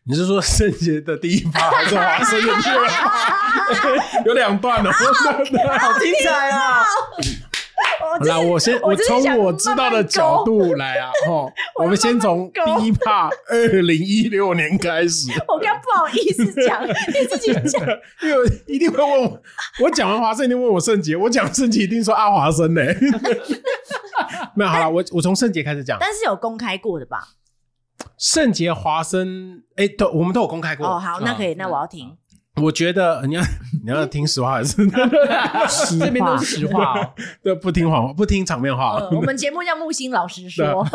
[SPEAKER 6] 你是说圣洁的第一趴还是华生的第二趴？有两段 哦。
[SPEAKER 3] 好精彩啊！
[SPEAKER 5] 我
[SPEAKER 6] 好啦，我先
[SPEAKER 5] 哦我就是想
[SPEAKER 6] 从我知道的角度 来啊，哦，
[SPEAKER 5] 我
[SPEAKER 6] 我们先从
[SPEAKER 5] 慢慢勾
[SPEAKER 6] 第一 趴二零一六年开始，
[SPEAKER 5] 我刚不好意思 讲，你自己讲。
[SPEAKER 6] 因为一定会问我，我讲完华生一定问我圣洁，我讲圣洁一定说阿华生呢。 那好了，我我从圣洁开始讲，
[SPEAKER 5] 但是有公开过的吧？
[SPEAKER 6] 圣杰华生，哎，都我们都有公开过。啊
[SPEAKER 5] 哦，好，那可以，那我要听。
[SPEAKER 6] 我觉得呃你要 你要听实话还是
[SPEAKER 1] 实
[SPEAKER 3] 这边
[SPEAKER 1] 话
[SPEAKER 3] 都是实话哦。
[SPEAKER 6] 对不听谎话不听场面话？
[SPEAKER 5] 呃，我们节目叫木星老师说，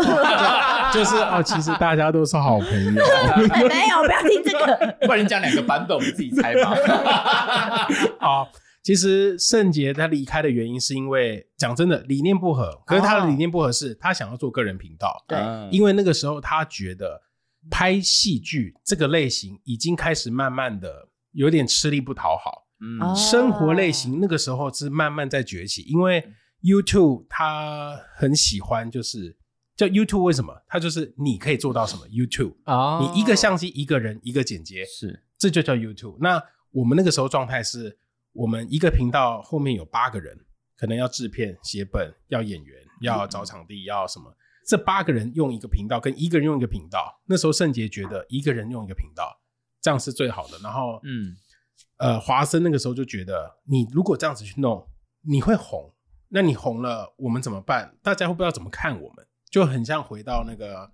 [SPEAKER 6] 就是哦，其实大家都是好朋 友。啊
[SPEAKER 5] 没有，不要听这 个。
[SPEAKER 4] 不然你讲两个版本，我们自己猜吧。
[SPEAKER 6] 好，其实圣杰他离开的原因是因为讲真的理念不合，可是他的理念不合是他想要做个人频道，
[SPEAKER 5] 对
[SPEAKER 3] 哦
[SPEAKER 4] 嗯
[SPEAKER 6] 因为那个时候他觉得拍戏剧这个类型已经开始慢慢的有点吃力不讨好，
[SPEAKER 4] 嗯
[SPEAKER 5] 哦
[SPEAKER 6] 生活类型那个时候是慢慢在崛起，因为 YouTube 他很喜欢就是。叫 YouTube 为什么？它就是你可以做到什么 YouTube，、
[SPEAKER 3] 哦
[SPEAKER 6] 你一个相机一个人一个剪接，
[SPEAKER 4] 是
[SPEAKER 6] 这就叫 YouTube。那我们那个时候状态是，我们一个频道后面有八个人，可能要制片、写本、要演员、要找场地、要什么。这八个人用一个频道，跟一个人用一个频道。那时候圣杰觉得一个人用一个频道，这样是最好的。然后，
[SPEAKER 4] 嗯
[SPEAKER 6] 呃，华生那个时候就觉得，你如果这样子去弄，你会红。那你红了，我们怎么办？大家会不知道怎么看我们，就很像回到那个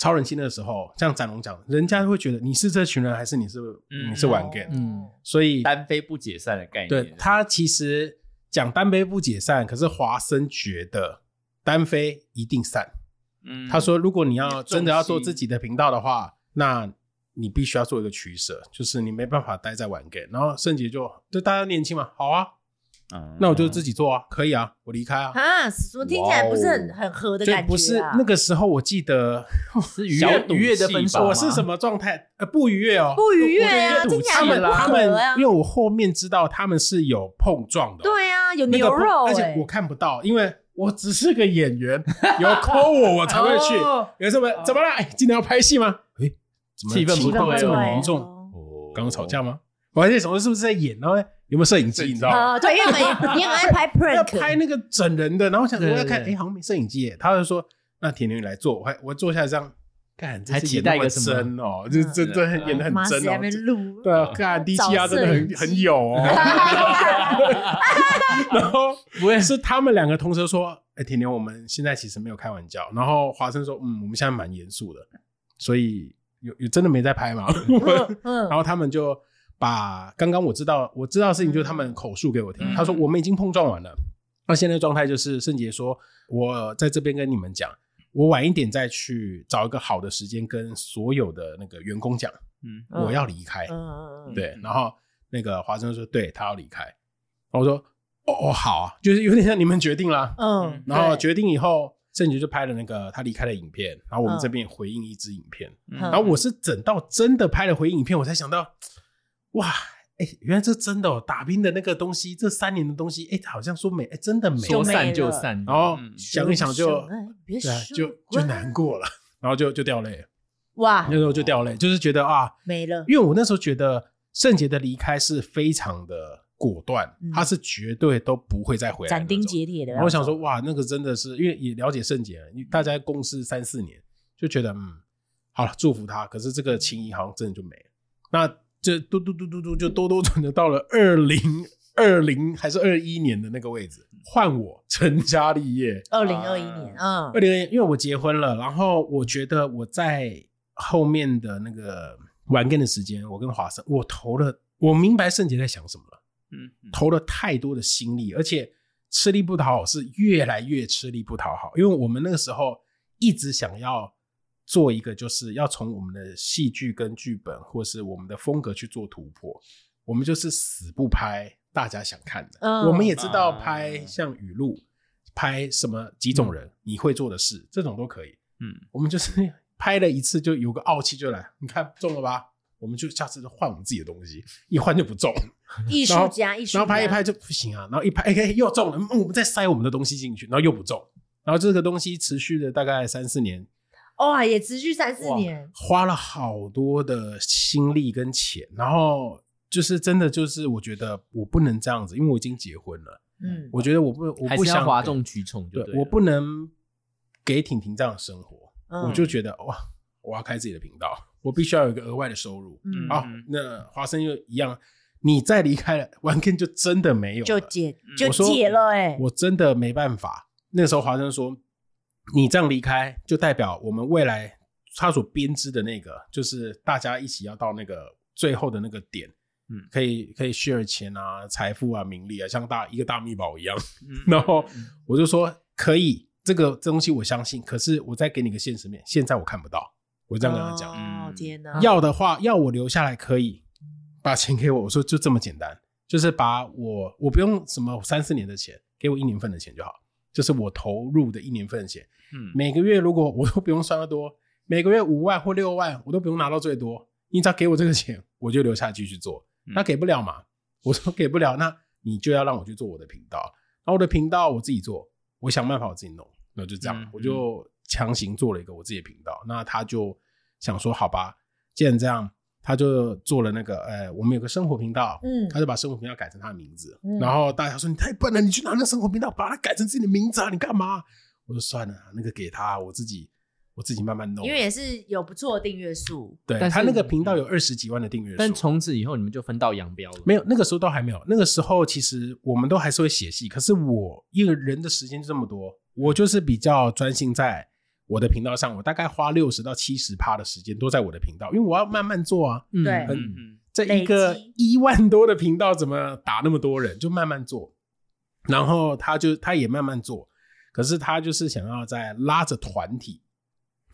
[SPEAKER 6] 超人气那个时候，像展龙讲，人家会觉得你是这群人，还是你是、
[SPEAKER 4] 嗯嗯
[SPEAKER 6] 你是玩 game？、
[SPEAKER 3] 嗯
[SPEAKER 6] 所以
[SPEAKER 4] 单飞不解散的概念。
[SPEAKER 6] 对他其实讲单飞不解散，可是华生觉得单飞一定散。
[SPEAKER 4] 嗯
[SPEAKER 6] 他说，如果你
[SPEAKER 4] 你
[SPEAKER 6] 要
[SPEAKER 4] 的重
[SPEAKER 6] 真的要做
[SPEAKER 4] 心
[SPEAKER 6] 自己的频道的话，那你必须要做一个取舍，就是你没办法待在玩 game。然后圣杰就就大家年轻嘛，好啊，
[SPEAKER 4] 嗯
[SPEAKER 6] 那我就自己做啊，可以啊，我离开啊。
[SPEAKER 5] 啊，怎么听起来不是很很合的
[SPEAKER 6] 就
[SPEAKER 5] 感觉啊？
[SPEAKER 6] 嗯不是那个时候，我记得
[SPEAKER 3] 是愉
[SPEAKER 4] 小
[SPEAKER 3] 悦
[SPEAKER 4] 赌
[SPEAKER 3] 愉悦的
[SPEAKER 4] 气
[SPEAKER 3] 分
[SPEAKER 4] 吧
[SPEAKER 3] 手吗，
[SPEAKER 6] 我是什么状态？呃，不愉悦哦，
[SPEAKER 5] 不愉悦啊，
[SPEAKER 3] 我觉得
[SPEAKER 5] 听起来
[SPEAKER 6] 他
[SPEAKER 5] 很
[SPEAKER 6] 们
[SPEAKER 5] 不
[SPEAKER 6] 他
[SPEAKER 5] 合
[SPEAKER 6] 们
[SPEAKER 5] 啊，。
[SPEAKER 6] 因为我后面知道他们是有碰撞的哦，
[SPEAKER 5] 对啊，有
[SPEAKER 6] 那个
[SPEAKER 5] 牛
[SPEAKER 6] 不
[SPEAKER 5] 肉
[SPEAKER 6] 而且
[SPEAKER 5] 哎
[SPEAKER 6] 我，看不到，因为我只是个演员，有 call 我我才会去。
[SPEAKER 3] 哦
[SPEAKER 6] 有什么怎么了？哎，今天要拍戏吗？哎，怎么
[SPEAKER 3] 气氛不
[SPEAKER 6] 情况
[SPEAKER 3] 对哦
[SPEAKER 6] 这么
[SPEAKER 5] 对
[SPEAKER 6] 凝重？
[SPEAKER 4] 哦
[SPEAKER 6] 刚刚吵架吗？我还在想说是不是在演，然后呢有没有摄影机？
[SPEAKER 4] 摄影
[SPEAKER 6] 你
[SPEAKER 4] 机
[SPEAKER 6] 知道吗？
[SPEAKER 5] 啊，对，因为我们你很爱拍
[SPEAKER 6] 要拍
[SPEAKER 5] prank，
[SPEAKER 6] 那个整人的，然后我想说
[SPEAKER 3] 对
[SPEAKER 6] 我
[SPEAKER 3] 对
[SPEAKER 6] 要看，
[SPEAKER 3] 对
[SPEAKER 6] 哎，好像没摄影机耶。他就说那铁牛你来做，我还我坐下这样，看这
[SPEAKER 3] 还
[SPEAKER 6] 次
[SPEAKER 3] 期
[SPEAKER 6] 演
[SPEAKER 3] 待
[SPEAKER 6] 那
[SPEAKER 3] 一
[SPEAKER 6] 么
[SPEAKER 3] 个什么
[SPEAKER 6] 真哦，这这
[SPEAKER 4] 嗯
[SPEAKER 6] 这演的很
[SPEAKER 5] 马斯
[SPEAKER 6] 真
[SPEAKER 5] 在那边
[SPEAKER 6] 哦。
[SPEAKER 5] 录，
[SPEAKER 6] 对啊，看 D
[SPEAKER 5] 找
[SPEAKER 6] G R 真的很
[SPEAKER 5] 摄影机
[SPEAKER 6] 很有哦。 然后
[SPEAKER 3] 不会
[SPEAKER 6] 是他们两个同时说：“哎、甜甜，我们现在其实没有开玩笑。”然后华生说：“嗯，我们现在蛮严肃的，所以有有真的没在拍嘛。
[SPEAKER 5] 嗯嗯
[SPEAKER 6] 然后他们就把刚刚我知道我知道的事情，就是他们口述给我听。
[SPEAKER 4] 嗯
[SPEAKER 6] 他说：“我们已经碰撞完了。”那现在状态就是圣杰说：“我在这边跟你们讲，我晚一点再去找一个好的时间跟所有的那个员工讲，
[SPEAKER 4] 嗯
[SPEAKER 5] 嗯
[SPEAKER 6] 我要离开。
[SPEAKER 5] 嗯嗯，嗯，
[SPEAKER 6] 对，然后那个华生说：“对他要离开。”然后我说：“哦哦，好啊，就是有点像你们决定啦。”
[SPEAKER 5] 嗯，
[SPEAKER 6] 然后
[SPEAKER 5] 对
[SPEAKER 6] 决定以后，郑杰就拍了那个他离开的影片，然后我们
[SPEAKER 5] 嗯
[SPEAKER 6] 这边回应一支影片，
[SPEAKER 4] 嗯
[SPEAKER 6] 然后我是等到真的拍了回应影片，我才想到，哇，哎、原来这真的、哦、打拼的那个东西，这三年的东西，哎、好像说没，哎、真的没，哦
[SPEAKER 3] 说
[SPEAKER 5] 没
[SPEAKER 3] 散就
[SPEAKER 5] 了
[SPEAKER 3] 散，
[SPEAKER 6] 然后
[SPEAKER 4] 嗯
[SPEAKER 6] 想一想就，
[SPEAKER 5] 说爱别
[SPEAKER 6] 对啊，
[SPEAKER 5] 说啊
[SPEAKER 6] 就就
[SPEAKER 5] 爱
[SPEAKER 6] 难过了，然后就就掉泪，
[SPEAKER 5] 哇
[SPEAKER 6] 那时候就掉泪，就是觉得啊，
[SPEAKER 5] 没了，
[SPEAKER 6] 因为我那时候觉得圣杰的离开是非常的果断，
[SPEAKER 5] 嗯
[SPEAKER 6] 他是绝对都不会再回来的那
[SPEAKER 5] 斩
[SPEAKER 6] 种，
[SPEAKER 5] 钉截铁的那种。
[SPEAKER 6] 然后我想说，哇，那个真的是，因为也了解圣杰，因为大家共事三四年，就觉得嗯，好了，祝福他。可是这个情谊好像真的就没了。那这嘟嘟嘟嘟嘟，就兜兜转转到了二零二零还是二一年的那个位置，换我成家立业。
[SPEAKER 5] 二零二一年，嗯
[SPEAKER 6] 二，零二，因为我结婚了，然后我觉得我在后面的那个玩 game 的时间，我跟华生，我投了，我明白圣杰在想什么了。
[SPEAKER 4] 嗯嗯
[SPEAKER 6] 投了太多的心力，而且吃力不讨好是越来越吃力不讨好，因为我们那个时候一直想要做一个，就是要从我们的戏剧跟剧本或是我们的风格去做突破，我们就是死不拍大家想看的，
[SPEAKER 5] 嗯
[SPEAKER 6] 我们也知道拍
[SPEAKER 4] 啊
[SPEAKER 6] 像语录，拍什么几种人、你会做的事，这种都可以，
[SPEAKER 4] 嗯，
[SPEAKER 6] 我们就是拍了一次就有个傲气就来，你看中了吧？我们就下次就换我们自己的东西，一换就不中。
[SPEAKER 5] 艺
[SPEAKER 6] 然
[SPEAKER 5] 术
[SPEAKER 6] 后
[SPEAKER 5] 家，艺术家，
[SPEAKER 6] 然后拍一拍就不行啊，然后一拍，哎、哎又中了、嗯，我们再塞我们的东西进去，然后又不中，然后这个东西持续了大概三四年，
[SPEAKER 5] 哇，也持续三四年，
[SPEAKER 6] 花了好多的心力跟钱，然后就是真的就是我觉得我不能这样子，因为我已经结婚了，
[SPEAKER 5] 嗯，
[SPEAKER 6] 我觉得我不我
[SPEAKER 3] 还
[SPEAKER 6] 不
[SPEAKER 3] 是
[SPEAKER 6] 想
[SPEAKER 3] 要哗
[SPEAKER 6] 给
[SPEAKER 3] 众取宠就
[SPEAKER 6] 对
[SPEAKER 3] 对，
[SPEAKER 6] 我不能给婷婷这样的生活，
[SPEAKER 5] 嗯
[SPEAKER 6] 我就觉得哇，我要开自己的频道，我必须要有一个额外的收入。
[SPEAKER 5] 嗯
[SPEAKER 6] 好
[SPEAKER 4] 嗯，
[SPEAKER 6] 那华生又一样，你再离开了，完全就真的没有了，
[SPEAKER 5] 就解就
[SPEAKER 6] 我说
[SPEAKER 5] 解了，哎，
[SPEAKER 6] 我真的没办法。那时候华生说，你这样离开，就代表我们未来他所编织的那个，就是大家一起要到那个最后的那个点，
[SPEAKER 4] 嗯
[SPEAKER 6] 可以可以 share 钱啊、财富啊、名利啊，像大一个大密宝一样。
[SPEAKER 4] 嗯
[SPEAKER 6] 然后我就说可以，这个东西我相信，可是我再给你个现实面，现在我看不到，我这样跟他讲。
[SPEAKER 5] 哦，天哪！
[SPEAKER 6] 要的话，要我留下来可以，把钱给我。我说就这么简单，就是把我我不用什么三四年的钱，给我一年份的钱就好，就是我投入的一年份的钱。
[SPEAKER 4] 嗯
[SPEAKER 6] 每个月如果我都不用算得多，每个月五万或六万，我都不用拿到最多，你只要给我这个钱，我就留下继续做。
[SPEAKER 4] 嗯
[SPEAKER 6] 那给不了嘛？我说给不了，那你就要让我去做我的频道，然后我的频道我自己做，我想办法我自己弄，那就这样，
[SPEAKER 4] 嗯
[SPEAKER 6] 我就强行做了一个我自己的频道。那他就想说，好吧，既然这样，他就做了那个，呃，我们有个生活频道，
[SPEAKER 5] 嗯
[SPEAKER 6] 他就把生活频道改成他的名字，
[SPEAKER 5] 嗯
[SPEAKER 6] 然后大家说你太笨了，你去拿那生活频道把它改成自己的名字啊，你干嘛？我说算了，那个给他，我自己我自己慢慢弄。
[SPEAKER 5] 因为也是有不错的订阅数，
[SPEAKER 6] 对
[SPEAKER 3] 但是
[SPEAKER 6] 他那个频道有二十几万的订阅数，啊
[SPEAKER 3] 但从此以后你们就分道扬镳了。
[SPEAKER 6] 没有，那个时候都还没有。那个时候其实我们都还是会写戏，可是我一个人的时间就这么多，我就是比较专心在我的频道上，我大概花六十到七十趴的时间都在我的频道，因为我要慢慢做啊。
[SPEAKER 3] 嗯，
[SPEAKER 5] 对
[SPEAKER 3] 嗯
[SPEAKER 4] 嗯
[SPEAKER 6] 这一个
[SPEAKER 5] 累积
[SPEAKER 6] 一万多的频道怎么打那么多人？就慢慢做，然后他就他也慢慢做，可是他就是想要在拉着团体，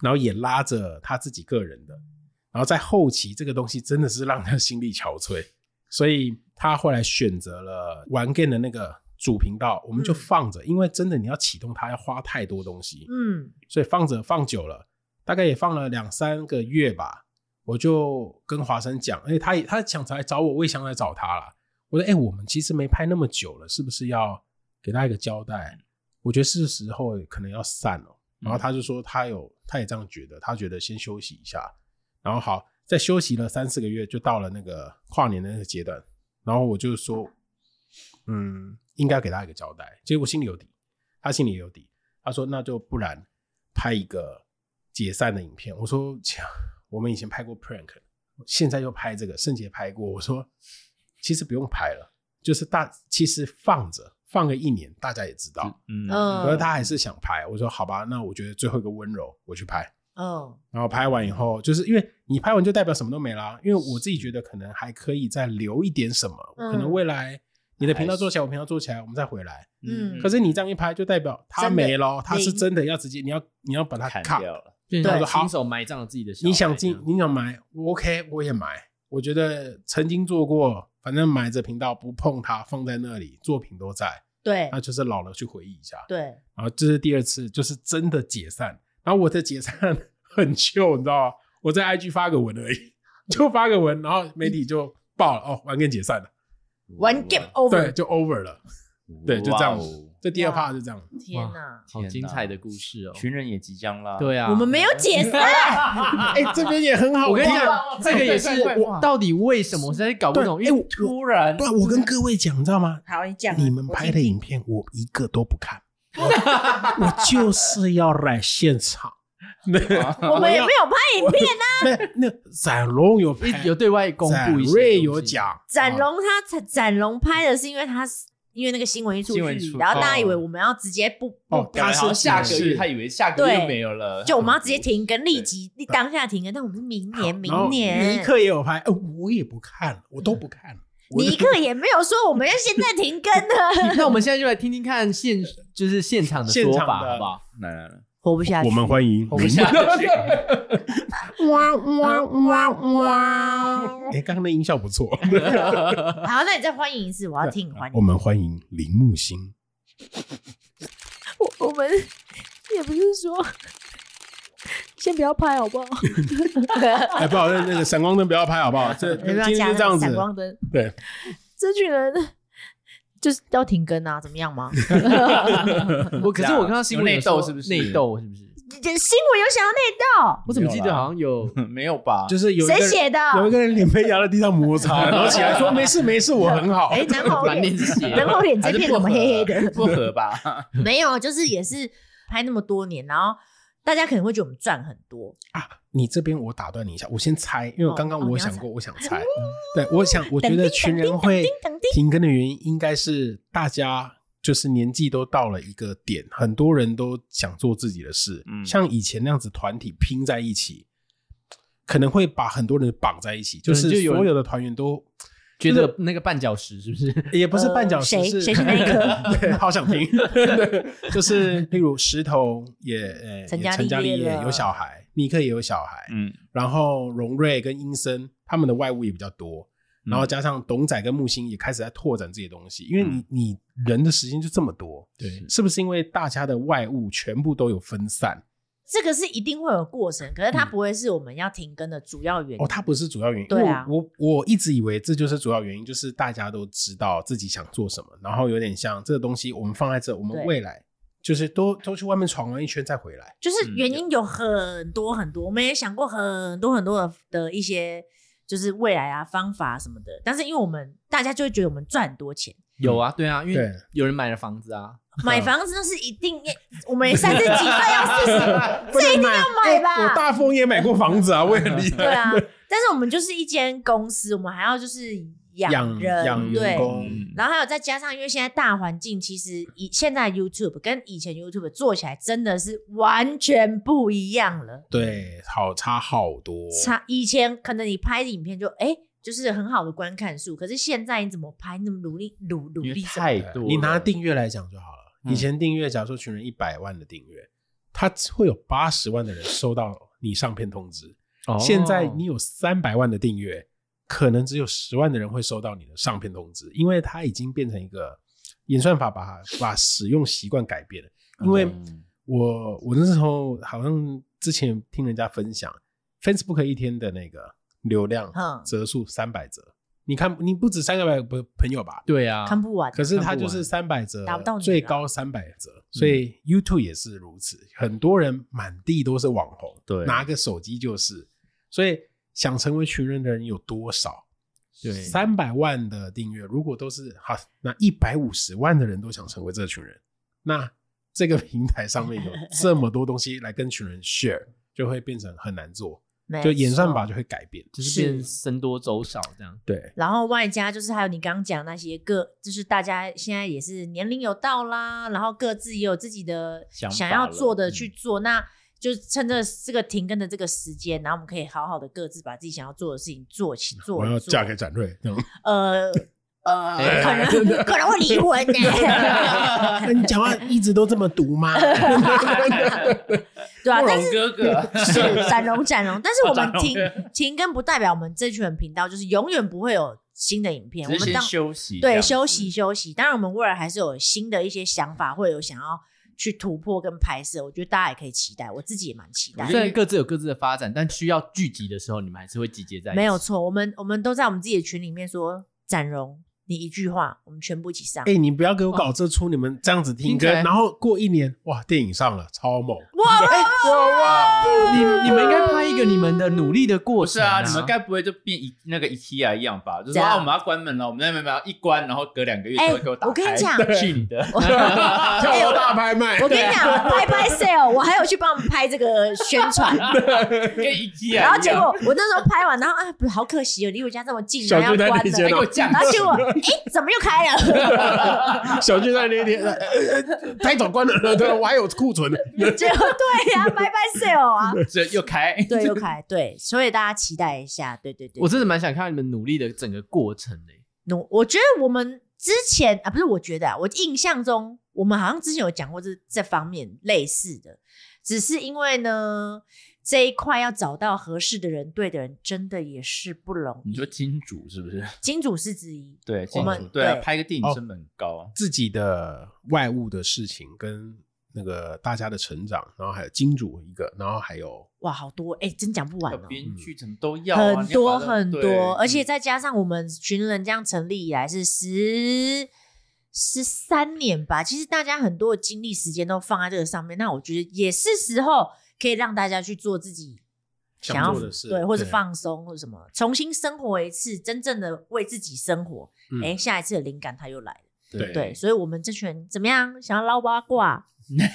[SPEAKER 6] 然后也拉着他自己个人的，然后在后期这个东西真的是让他心力憔悴，所以他后来选择了玩 game 的那个主频道，我们就
[SPEAKER 5] 嗯
[SPEAKER 6] 放着，因为真的你要启动它要花太多东西，
[SPEAKER 5] 嗯，
[SPEAKER 6] 所以放着放久了，大概也放了两三个月吧，我就跟华生讲，哎、他也他想来找我，我也想来找他啦。我说，哎、我们其实没拍那么久了，是不是要给他一个交代？我觉得是时候可能要散了。然后他就说，他有他也这样觉得，他觉得先休息一下。然后好，在休息了三四个月，就到了那个跨年的那个阶段。然后我就说，嗯，应该给他一个交代。结果心里有底，他心里也有底。他说，那就不然拍一个解散的影片。我说，切我们以前拍过 prank，现在又拍这个，圣杰拍过。我说，其实不用拍了，就是大，其实放着放个一年，大家也知道。
[SPEAKER 4] 嗯
[SPEAKER 5] 嗯
[SPEAKER 6] 可是他还是想拍。我说，好吧，那我觉得最后一个温柔，我去拍。
[SPEAKER 5] 嗯，
[SPEAKER 6] 然后拍完以后，就是因为你拍完就代表什么都没啦。因为我自己觉得可能还可以再留一点什么，
[SPEAKER 5] 嗯
[SPEAKER 6] 可能未来你的频道做起来，我频道做起来，我们再回来。
[SPEAKER 5] 嗯
[SPEAKER 6] 可是你这样一拍，就代表他没咯，他是
[SPEAKER 5] 零
[SPEAKER 6] 真的要直接，你要你要把它
[SPEAKER 4] 砍
[SPEAKER 6] 卡。
[SPEAKER 4] 掉了，
[SPEAKER 3] 变
[SPEAKER 5] 对
[SPEAKER 3] 成
[SPEAKER 6] 好
[SPEAKER 3] 亲手埋葬了自己的小孩。
[SPEAKER 6] 你想进，你想买我，OK，我也买。我觉得曾经做过，反正买这频道不碰它，放在那里，作品都在，
[SPEAKER 5] 对
[SPEAKER 6] 那就是老了去回忆一下。
[SPEAKER 5] 对，
[SPEAKER 6] 然后这是第二次，就是真的解散。然后我的解散 很旧，你知道吗？我在 IG 发个文而已，就发个文，然后媒体就爆了，哦，完跟解散了，
[SPEAKER 5] 玩 game
[SPEAKER 6] 对，
[SPEAKER 5] over，
[SPEAKER 6] 就 over 了。
[SPEAKER 4] 哦
[SPEAKER 6] 对，就这样。这第二趴就这样。
[SPEAKER 5] 天哪！
[SPEAKER 3] 好精彩的故事哦！
[SPEAKER 4] 群人也即将啦，，
[SPEAKER 3] 对啊，
[SPEAKER 5] 我们没有解散，
[SPEAKER 6] 哎，这边也很好。
[SPEAKER 3] 我跟你
[SPEAKER 6] 听啊，
[SPEAKER 3] 讲，这个也是我到底为什么，我实在是搞不懂。
[SPEAKER 6] 对
[SPEAKER 3] 因为
[SPEAKER 6] 哎我
[SPEAKER 3] 突然
[SPEAKER 6] 不然我跟各位讲，你知道吗？
[SPEAKER 5] 好，你讲啊
[SPEAKER 6] 你们拍的影，片我一个都不 看，我就是要来现场。
[SPEAKER 5] 我听我们也没有拍影片啊。
[SPEAKER 6] 那那展龙有拍
[SPEAKER 3] 一有对哎外公
[SPEAKER 6] 展
[SPEAKER 3] 布一些，
[SPEAKER 6] 瑞有，讲，
[SPEAKER 5] 展龙他展展龙拍的是因为他是因为那个新闻一出
[SPEAKER 4] 新闻
[SPEAKER 5] 去，
[SPEAKER 4] 出
[SPEAKER 5] 然后大家以为我们要直接不
[SPEAKER 6] 哦
[SPEAKER 5] 不，
[SPEAKER 4] 他
[SPEAKER 6] 他
[SPEAKER 4] 是
[SPEAKER 6] 是
[SPEAKER 4] 下个
[SPEAKER 6] 是
[SPEAKER 4] 月，他以为下个月
[SPEAKER 5] 对
[SPEAKER 4] 又没有了，
[SPEAKER 5] 就我们要直接停更，立即立当下停更，但我们是明年
[SPEAKER 6] 然后
[SPEAKER 5] 明年。
[SPEAKER 6] 尼克也有拍，呃，我也不看，我都不看。我
[SPEAKER 5] 尼克也没有说我们要现在停更 的，
[SPEAKER 3] 那我们现在就来听听看现就是现场的
[SPEAKER 6] 现
[SPEAKER 3] 说
[SPEAKER 6] 场
[SPEAKER 3] 法，
[SPEAKER 6] 的
[SPEAKER 3] 好不好？
[SPEAKER 4] 来来来，
[SPEAKER 5] 活不下去。
[SPEAKER 6] 们欢迎
[SPEAKER 3] 我们下去。
[SPEAKER 6] 哇哇哇哇！ 哎，刚刚那音效不错。
[SPEAKER 5] 好，那你再欢迎一次，我要听你欢迎。
[SPEAKER 6] 们欢迎林木星。
[SPEAKER 2] 我我们也不是说先不要拍好不好？
[SPEAKER 6] 哎，不好，那那个闪光灯不要拍好不好？这
[SPEAKER 5] 你
[SPEAKER 6] 今
[SPEAKER 5] 们要
[SPEAKER 6] 天
[SPEAKER 5] 加
[SPEAKER 6] 就
[SPEAKER 5] 那
[SPEAKER 6] 这样
[SPEAKER 5] 个
[SPEAKER 6] 子
[SPEAKER 5] 闪。光灯，
[SPEAKER 6] 对，
[SPEAKER 2] 这群人 就是要停更啊，怎么样吗？
[SPEAKER 3] 我可是我看到新闻有说
[SPEAKER 4] 有内斗是不是
[SPEAKER 3] 内斗是不是？
[SPEAKER 5] 你的 新闻有想要内斗，
[SPEAKER 3] 我怎么记得好像有
[SPEAKER 4] 没有吧？
[SPEAKER 6] 就是有一个
[SPEAKER 5] 谁
[SPEAKER 6] 人
[SPEAKER 5] 写的？
[SPEAKER 6] 有一个人脸被压在地上摩 擦，然后起来说没事没事，我很好。
[SPEAKER 5] 哎，然后
[SPEAKER 3] 满脸是啊血，
[SPEAKER 5] 然后脸这片怎么黑黑的？
[SPEAKER 4] 的？不合吧？
[SPEAKER 5] 没有，就是也是拍那么多年，然后大家可能会觉得我们赚很多，
[SPEAKER 6] 啊，你这边我打断你一下，我先猜，因为我刚刚
[SPEAKER 5] 哦哦
[SPEAKER 6] 我
[SPEAKER 5] 你要
[SPEAKER 6] 想
[SPEAKER 5] 猜
[SPEAKER 6] 过，我想猜，对，我想，我觉得群人会
[SPEAKER 5] 叮叮叮叮叮
[SPEAKER 6] 停更的原因应该是大家就是年纪都到了一个点，很多人都想做自己的事。
[SPEAKER 4] 嗯
[SPEAKER 6] 像以前那样子团体拼在一起，可能会把很多人绑在一起，就是
[SPEAKER 3] 就有人
[SPEAKER 6] 所有的团员都
[SPEAKER 3] 觉得那个绊脚石是不是？
[SPEAKER 6] 也不是绊脚石，
[SPEAKER 5] 呃谁谁是那一
[SPEAKER 6] 颗？ 对，好想听。对就是例如石头也呃
[SPEAKER 5] 成
[SPEAKER 6] 也
[SPEAKER 5] 家
[SPEAKER 6] 成家
[SPEAKER 5] 立业
[SPEAKER 6] 立业
[SPEAKER 5] 了
[SPEAKER 6] 有小孩，尼克也有小孩，
[SPEAKER 4] 嗯，
[SPEAKER 6] 然后荣瑞跟英森他们的外务也比较多，
[SPEAKER 4] 嗯
[SPEAKER 6] 然后加上董仔跟木星也开始在拓展自己的东西，因为你、
[SPEAKER 4] 嗯
[SPEAKER 6] 你人的时间就这么多，
[SPEAKER 3] 对，
[SPEAKER 6] 是不是因为大家的外务全部都有分散？
[SPEAKER 5] 这个是一定会有过程，可是它不会是我们要停更的主要原因。
[SPEAKER 6] 哦，它不是主要原因，
[SPEAKER 5] 对啊
[SPEAKER 6] 因为我我我一直以为这就是主要原因，就是大家都知道自己想做什么，然后有点像这个东西我们放在这，我们
[SPEAKER 5] 对
[SPEAKER 6] 未来就是都都去外面闯完一圈再回来。
[SPEAKER 5] 就是原因有很多很多，我们也想过很多很多的的一些，就是未来啊方法什么的。但是因为我们大家就会觉得我们赚很多钱，
[SPEAKER 3] 有啊，对啊，因为
[SPEAKER 6] 嗯对
[SPEAKER 3] 有人买了房子啊，
[SPEAKER 5] 买
[SPEAKER 6] 嗯
[SPEAKER 5] 房子那是一定，我们也三十几岁要四十，这一定要买
[SPEAKER 6] 哎我
[SPEAKER 5] 吧？
[SPEAKER 6] 大风也买过房子啊，我也很厉
[SPEAKER 5] 对
[SPEAKER 6] 害。
[SPEAKER 5] 啊，但是我们就是一间公司，我们还要就是
[SPEAKER 6] 养
[SPEAKER 5] 养人，
[SPEAKER 6] 养员
[SPEAKER 5] 对。
[SPEAKER 6] 工，
[SPEAKER 4] 嗯
[SPEAKER 5] 然后还有再加上，因为现在大环境其实以现在 YouTube 跟以前 YouTube 做起来真的是完全不一样了。
[SPEAKER 6] 对，好差好多，
[SPEAKER 5] 差以前可能你拍的影片就哎、就是很好的观看数，可是现在你怎么拍，你怎么努力努努
[SPEAKER 3] 因为
[SPEAKER 5] 力什么
[SPEAKER 3] 太
[SPEAKER 6] 对
[SPEAKER 3] 多了。
[SPEAKER 6] 你拿订阅来讲就好了。
[SPEAKER 3] 嗯
[SPEAKER 6] 以前订阅，假如说群人一百万的订阅，他会有八十万的人收到你上片通知。
[SPEAKER 3] 哦，
[SPEAKER 6] 现在你有三百万的订阅，可能只有十万的人会收到你的上片通知，因为它已经变成一个演算法把把使用习惯改变了。因为
[SPEAKER 4] 嗯
[SPEAKER 6] 我我那时候好像之前听人家分享，Facebook 一天的那个流量
[SPEAKER 5] 嗯
[SPEAKER 6] 折数三百折，你看你不止三百个朋朋友吧？
[SPEAKER 3] 对啊，
[SPEAKER 5] 看不完。
[SPEAKER 6] 可是它
[SPEAKER 3] 看不
[SPEAKER 6] 就
[SPEAKER 3] 完
[SPEAKER 6] 是三百折，
[SPEAKER 5] 达不到你啊
[SPEAKER 6] 最高三百折，所以 YouTube 也是如此。很多人满地都是网红，
[SPEAKER 4] 对
[SPEAKER 6] 拿个手机就是，所以想成为群人的人有多少？
[SPEAKER 3] 对
[SPEAKER 6] 三百万的订阅，如果都是好，那一百五十万的人都想成为这群人，那这个平台上面有这么多东西来跟群人 share，就 会变成很难做，
[SPEAKER 5] 没
[SPEAKER 6] 就演算
[SPEAKER 5] 错
[SPEAKER 6] 法就会改变。
[SPEAKER 3] 就是变僧多粥少这样。
[SPEAKER 6] 对，
[SPEAKER 5] 然后外加就是还有你刚刚讲那些各，就是大家现在也是年龄有到啦，然后各自也有自己的
[SPEAKER 3] 想法
[SPEAKER 5] 想要
[SPEAKER 3] 了
[SPEAKER 5] 做的
[SPEAKER 3] 嗯
[SPEAKER 5] 去做，那就趁这这个停更的这个时间，然后我们可以好好的各自把自己想要做的事情做起做。
[SPEAKER 6] 我要
[SPEAKER 5] 做
[SPEAKER 6] 嫁给展瑞，这样
[SPEAKER 5] 呃呃，
[SPEAKER 3] 哎
[SPEAKER 5] 可能可能会离婚呢、
[SPEAKER 6] 那哎你讲话一直都这么毒吗？
[SPEAKER 5] 对啊，但是
[SPEAKER 3] 哥哥，
[SPEAKER 5] 是展荣展荣，但是我们
[SPEAKER 4] 展
[SPEAKER 5] 停停更不代表我们这群人频道就是永远不会有新的影片，我
[SPEAKER 4] 只是
[SPEAKER 5] 们
[SPEAKER 4] 先
[SPEAKER 5] 当
[SPEAKER 4] 休息，这
[SPEAKER 5] 对
[SPEAKER 4] 样子
[SPEAKER 5] 休息。休息。当然，我们未来还是有新的一些想法，会有想要去突破跟拍摄，我觉得大家也可以期待，我自己也蛮期待
[SPEAKER 3] 虽。然各自有各自的发展，但需要聚集的时候，你们还是会集结在一起。
[SPEAKER 5] 没有错，我们我们都在我们自己的群里面说展荣，你一句话，我们全部一起上。
[SPEAKER 6] 哎、你不要给我搞这出，你们这样子听
[SPEAKER 3] 听起
[SPEAKER 6] 歌，
[SPEAKER 3] 来
[SPEAKER 6] 然后过一年，哇，电影上了，超猛！
[SPEAKER 5] 哇哇
[SPEAKER 3] 你哎你们应该拍一个你们的努力的过
[SPEAKER 4] 不是
[SPEAKER 3] 程、
[SPEAKER 4] 啊，你们该不会就变一那个 IKEA 一样吧？就是
[SPEAKER 5] 这
[SPEAKER 4] 说
[SPEAKER 5] 样
[SPEAKER 4] 啊，我们要关门了，我们那边把它一关，然后隔两个月
[SPEAKER 5] 哎
[SPEAKER 4] 才会给我打开。
[SPEAKER 5] 我跟你讲
[SPEAKER 4] 去你的！
[SPEAKER 3] 啊哎
[SPEAKER 6] 跳楼大拍卖，
[SPEAKER 5] 我跟你讲，拍拍 sale，我还有去帮我们拍这个宣传，
[SPEAKER 4] 跟 IKEA 一样。
[SPEAKER 5] 然后结果我那时候拍完，然后啊，不好可惜哦，离我家这么近，
[SPEAKER 6] 小
[SPEAKER 5] 然后
[SPEAKER 6] 巨
[SPEAKER 5] 要
[SPEAKER 6] 蛋
[SPEAKER 5] 关
[SPEAKER 6] 那
[SPEAKER 5] 了
[SPEAKER 6] 间，
[SPEAKER 4] 给我降
[SPEAKER 5] 然后结果哎，怎么又开了？
[SPEAKER 6] 小巨蛋那一天，呃呃太早关了，对，我还有库存。
[SPEAKER 5] 结果对呀、拜拜 sale 啊，
[SPEAKER 4] 这又开，
[SPEAKER 5] 对，又开，对，所以大家期待一下，对对对，
[SPEAKER 3] 我真的蛮想看到你们努力的整个过程欸诶、
[SPEAKER 5] 努，我觉得我们之前啊，不是我觉得、啊，我印象中我们好像之前有讲过这这方面类似的，只是因为呢。这一块要找到合适的人，对的人，真的也是不容易。
[SPEAKER 4] 你说金主是不是？
[SPEAKER 5] 金主是之一，
[SPEAKER 4] 对，
[SPEAKER 5] 我
[SPEAKER 4] 金
[SPEAKER 5] 们
[SPEAKER 4] 主对啊，
[SPEAKER 5] 对
[SPEAKER 4] 拍个电
[SPEAKER 6] 哦
[SPEAKER 4] 影成本很高。
[SPEAKER 6] 自己的外务的事情跟那个大家的成长，然后还有金主一个，然后还有
[SPEAKER 5] 哇，好多哎、真讲不完
[SPEAKER 4] 要
[SPEAKER 5] 哦，
[SPEAKER 4] 编剧什么都要啊，
[SPEAKER 5] 很
[SPEAKER 4] 你要把
[SPEAKER 5] 多
[SPEAKER 4] 它
[SPEAKER 5] 很
[SPEAKER 4] 对
[SPEAKER 5] 多，而且
[SPEAKER 6] 嗯
[SPEAKER 5] 再加上我们群人这样成立以来是十十三年吧，其实大家很多的精力时间都放在这个上面，那我觉得也是时候可以让大家去做自己
[SPEAKER 6] 想
[SPEAKER 5] 要
[SPEAKER 6] 做的事
[SPEAKER 5] 对，或者
[SPEAKER 6] 对
[SPEAKER 5] 放松或者什么，重新生活一次，真正的为自己生活，
[SPEAKER 6] 嗯
[SPEAKER 5] 哎、下一次的灵感它又来了，
[SPEAKER 6] 对
[SPEAKER 5] 对，所以我们这群人怎么样？想要捞八卦，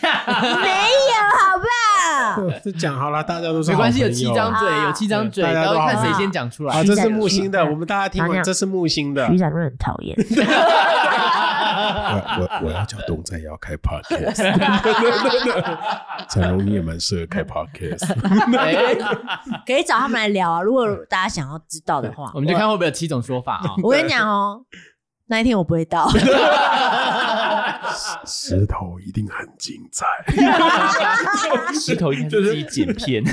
[SPEAKER 5] 没有，好吧？
[SPEAKER 6] 对这讲好了，大家都是
[SPEAKER 3] 没关系，
[SPEAKER 6] 好
[SPEAKER 3] 有
[SPEAKER 6] 朋
[SPEAKER 3] 七
[SPEAKER 6] 友啊
[SPEAKER 3] 张嘴，有七张嘴，
[SPEAKER 6] 对大
[SPEAKER 3] 然
[SPEAKER 6] 家
[SPEAKER 3] 后
[SPEAKER 6] 都好
[SPEAKER 3] 看谁先讲出
[SPEAKER 6] 啊，
[SPEAKER 3] 来。
[SPEAKER 6] 这是木星的，我们大家听
[SPEAKER 5] 哪
[SPEAKER 6] 完，
[SPEAKER 5] 样
[SPEAKER 6] 这是木星的。
[SPEAKER 5] 长真的很讨厌。
[SPEAKER 6] 我我我要叫董仔也要开 podcast，展荣你也蛮适合开 podcast。
[SPEAKER 3] 哎
[SPEAKER 5] 可以找他们来聊啊，如果大家想要知道的话
[SPEAKER 3] 我。们就看会不会有七种说法 啊。
[SPEAKER 5] 我跟你讲哦，那一天我不会到，
[SPEAKER 6] 石头一定很精彩，
[SPEAKER 3] 石头应该是自己剪 片。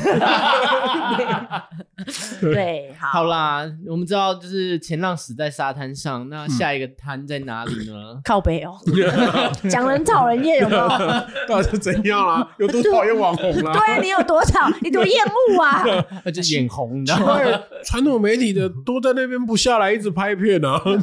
[SPEAKER 5] 对，
[SPEAKER 3] 好
[SPEAKER 5] 好，
[SPEAKER 3] 啦，我们知道就是前浪死在沙滩上，那下一个滩在哪里呢？
[SPEAKER 5] 靠北 哦，讲得很讨人厌，有没有？
[SPEAKER 6] 到底是怎样啦？有多讨厌网红啦？
[SPEAKER 5] 对啊，你有多 吵，你多厌恶啊！
[SPEAKER 3] 那就眼红，你知道吗？
[SPEAKER 6] 对，传统媒体的都在那边不下来，一直拍片啊。
[SPEAKER 5] 对啊，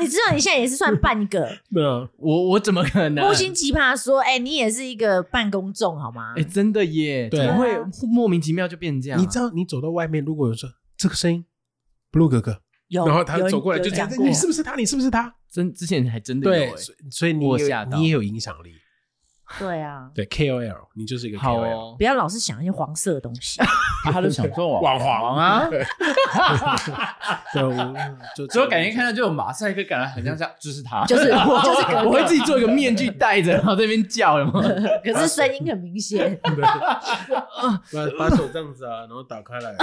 [SPEAKER 5] 你知道你现在也是算半个，
[SPEAKER 6] 那
[SPEAKER 3] 我我怎么可能？
[SPEAKER 5] 木星奇葩说，哎，你也是一个半公众好吗
[SPEAKER 3] 哎，？真的耶，
[SPEAKER 6] 对
[SPEAKER 3] 怎么会莫名其妙就变这样啊？
[SPEAKER 6] 你知道，你走到外面，如果有说这个声音，blue 哥哥，
[SPEAKER 5] 有，
[SPEAKER 6] 然后他
[SPEAKER 5] 有
[SPEAKER 6] 走过来
[SPEAKER 5] 有
[SPEAKER 6] 就
[SPEAKER 5] 讲
[SPEAKER 6] 讲，
[SPEAKER 5] 过
[SPEAKER 6] 你，是不是他？你是不是他？
[SPEAKER 3] 真之前还真的
[SPEAKER 6] 对
[SPEAKER 3] 有，哎
[SPEAKER 6] 所以所以你
[SPEAKER 3] 我
[SPEAKER 6] 有
[SPEAKER 3] 吓到
[SPEAKER 6] 你也有影响力。
[SPEAKER 5] 对啊，
[SPEAKER 6] 对 KOL，你就是一个
[SPEAKER 3] 好
[SPEAKER 6] KOL。
[SPEAKER 3] 哦
[SPEAKER 5] 不，要老是想一些黄色的东 西。
[SPEAKER 4] 啊他就想做网
[SPEAKER 6] 网黄
[SPEAKER 4] 啊，
[SPEAKER 6] 对，我就
[SPEAKER 4] 之后感觉看到就有马赛克，感觉很像像就是他，
[SPEAKER 5] 就是就是格格
[SPEAKER 3] 我会自己做一个面具戴着，然后在那边叫，有吗？
[SPEAKER 5] 可是声音很明 显。
[SPEAKER 6] 把把手这样子啊，然后打开来。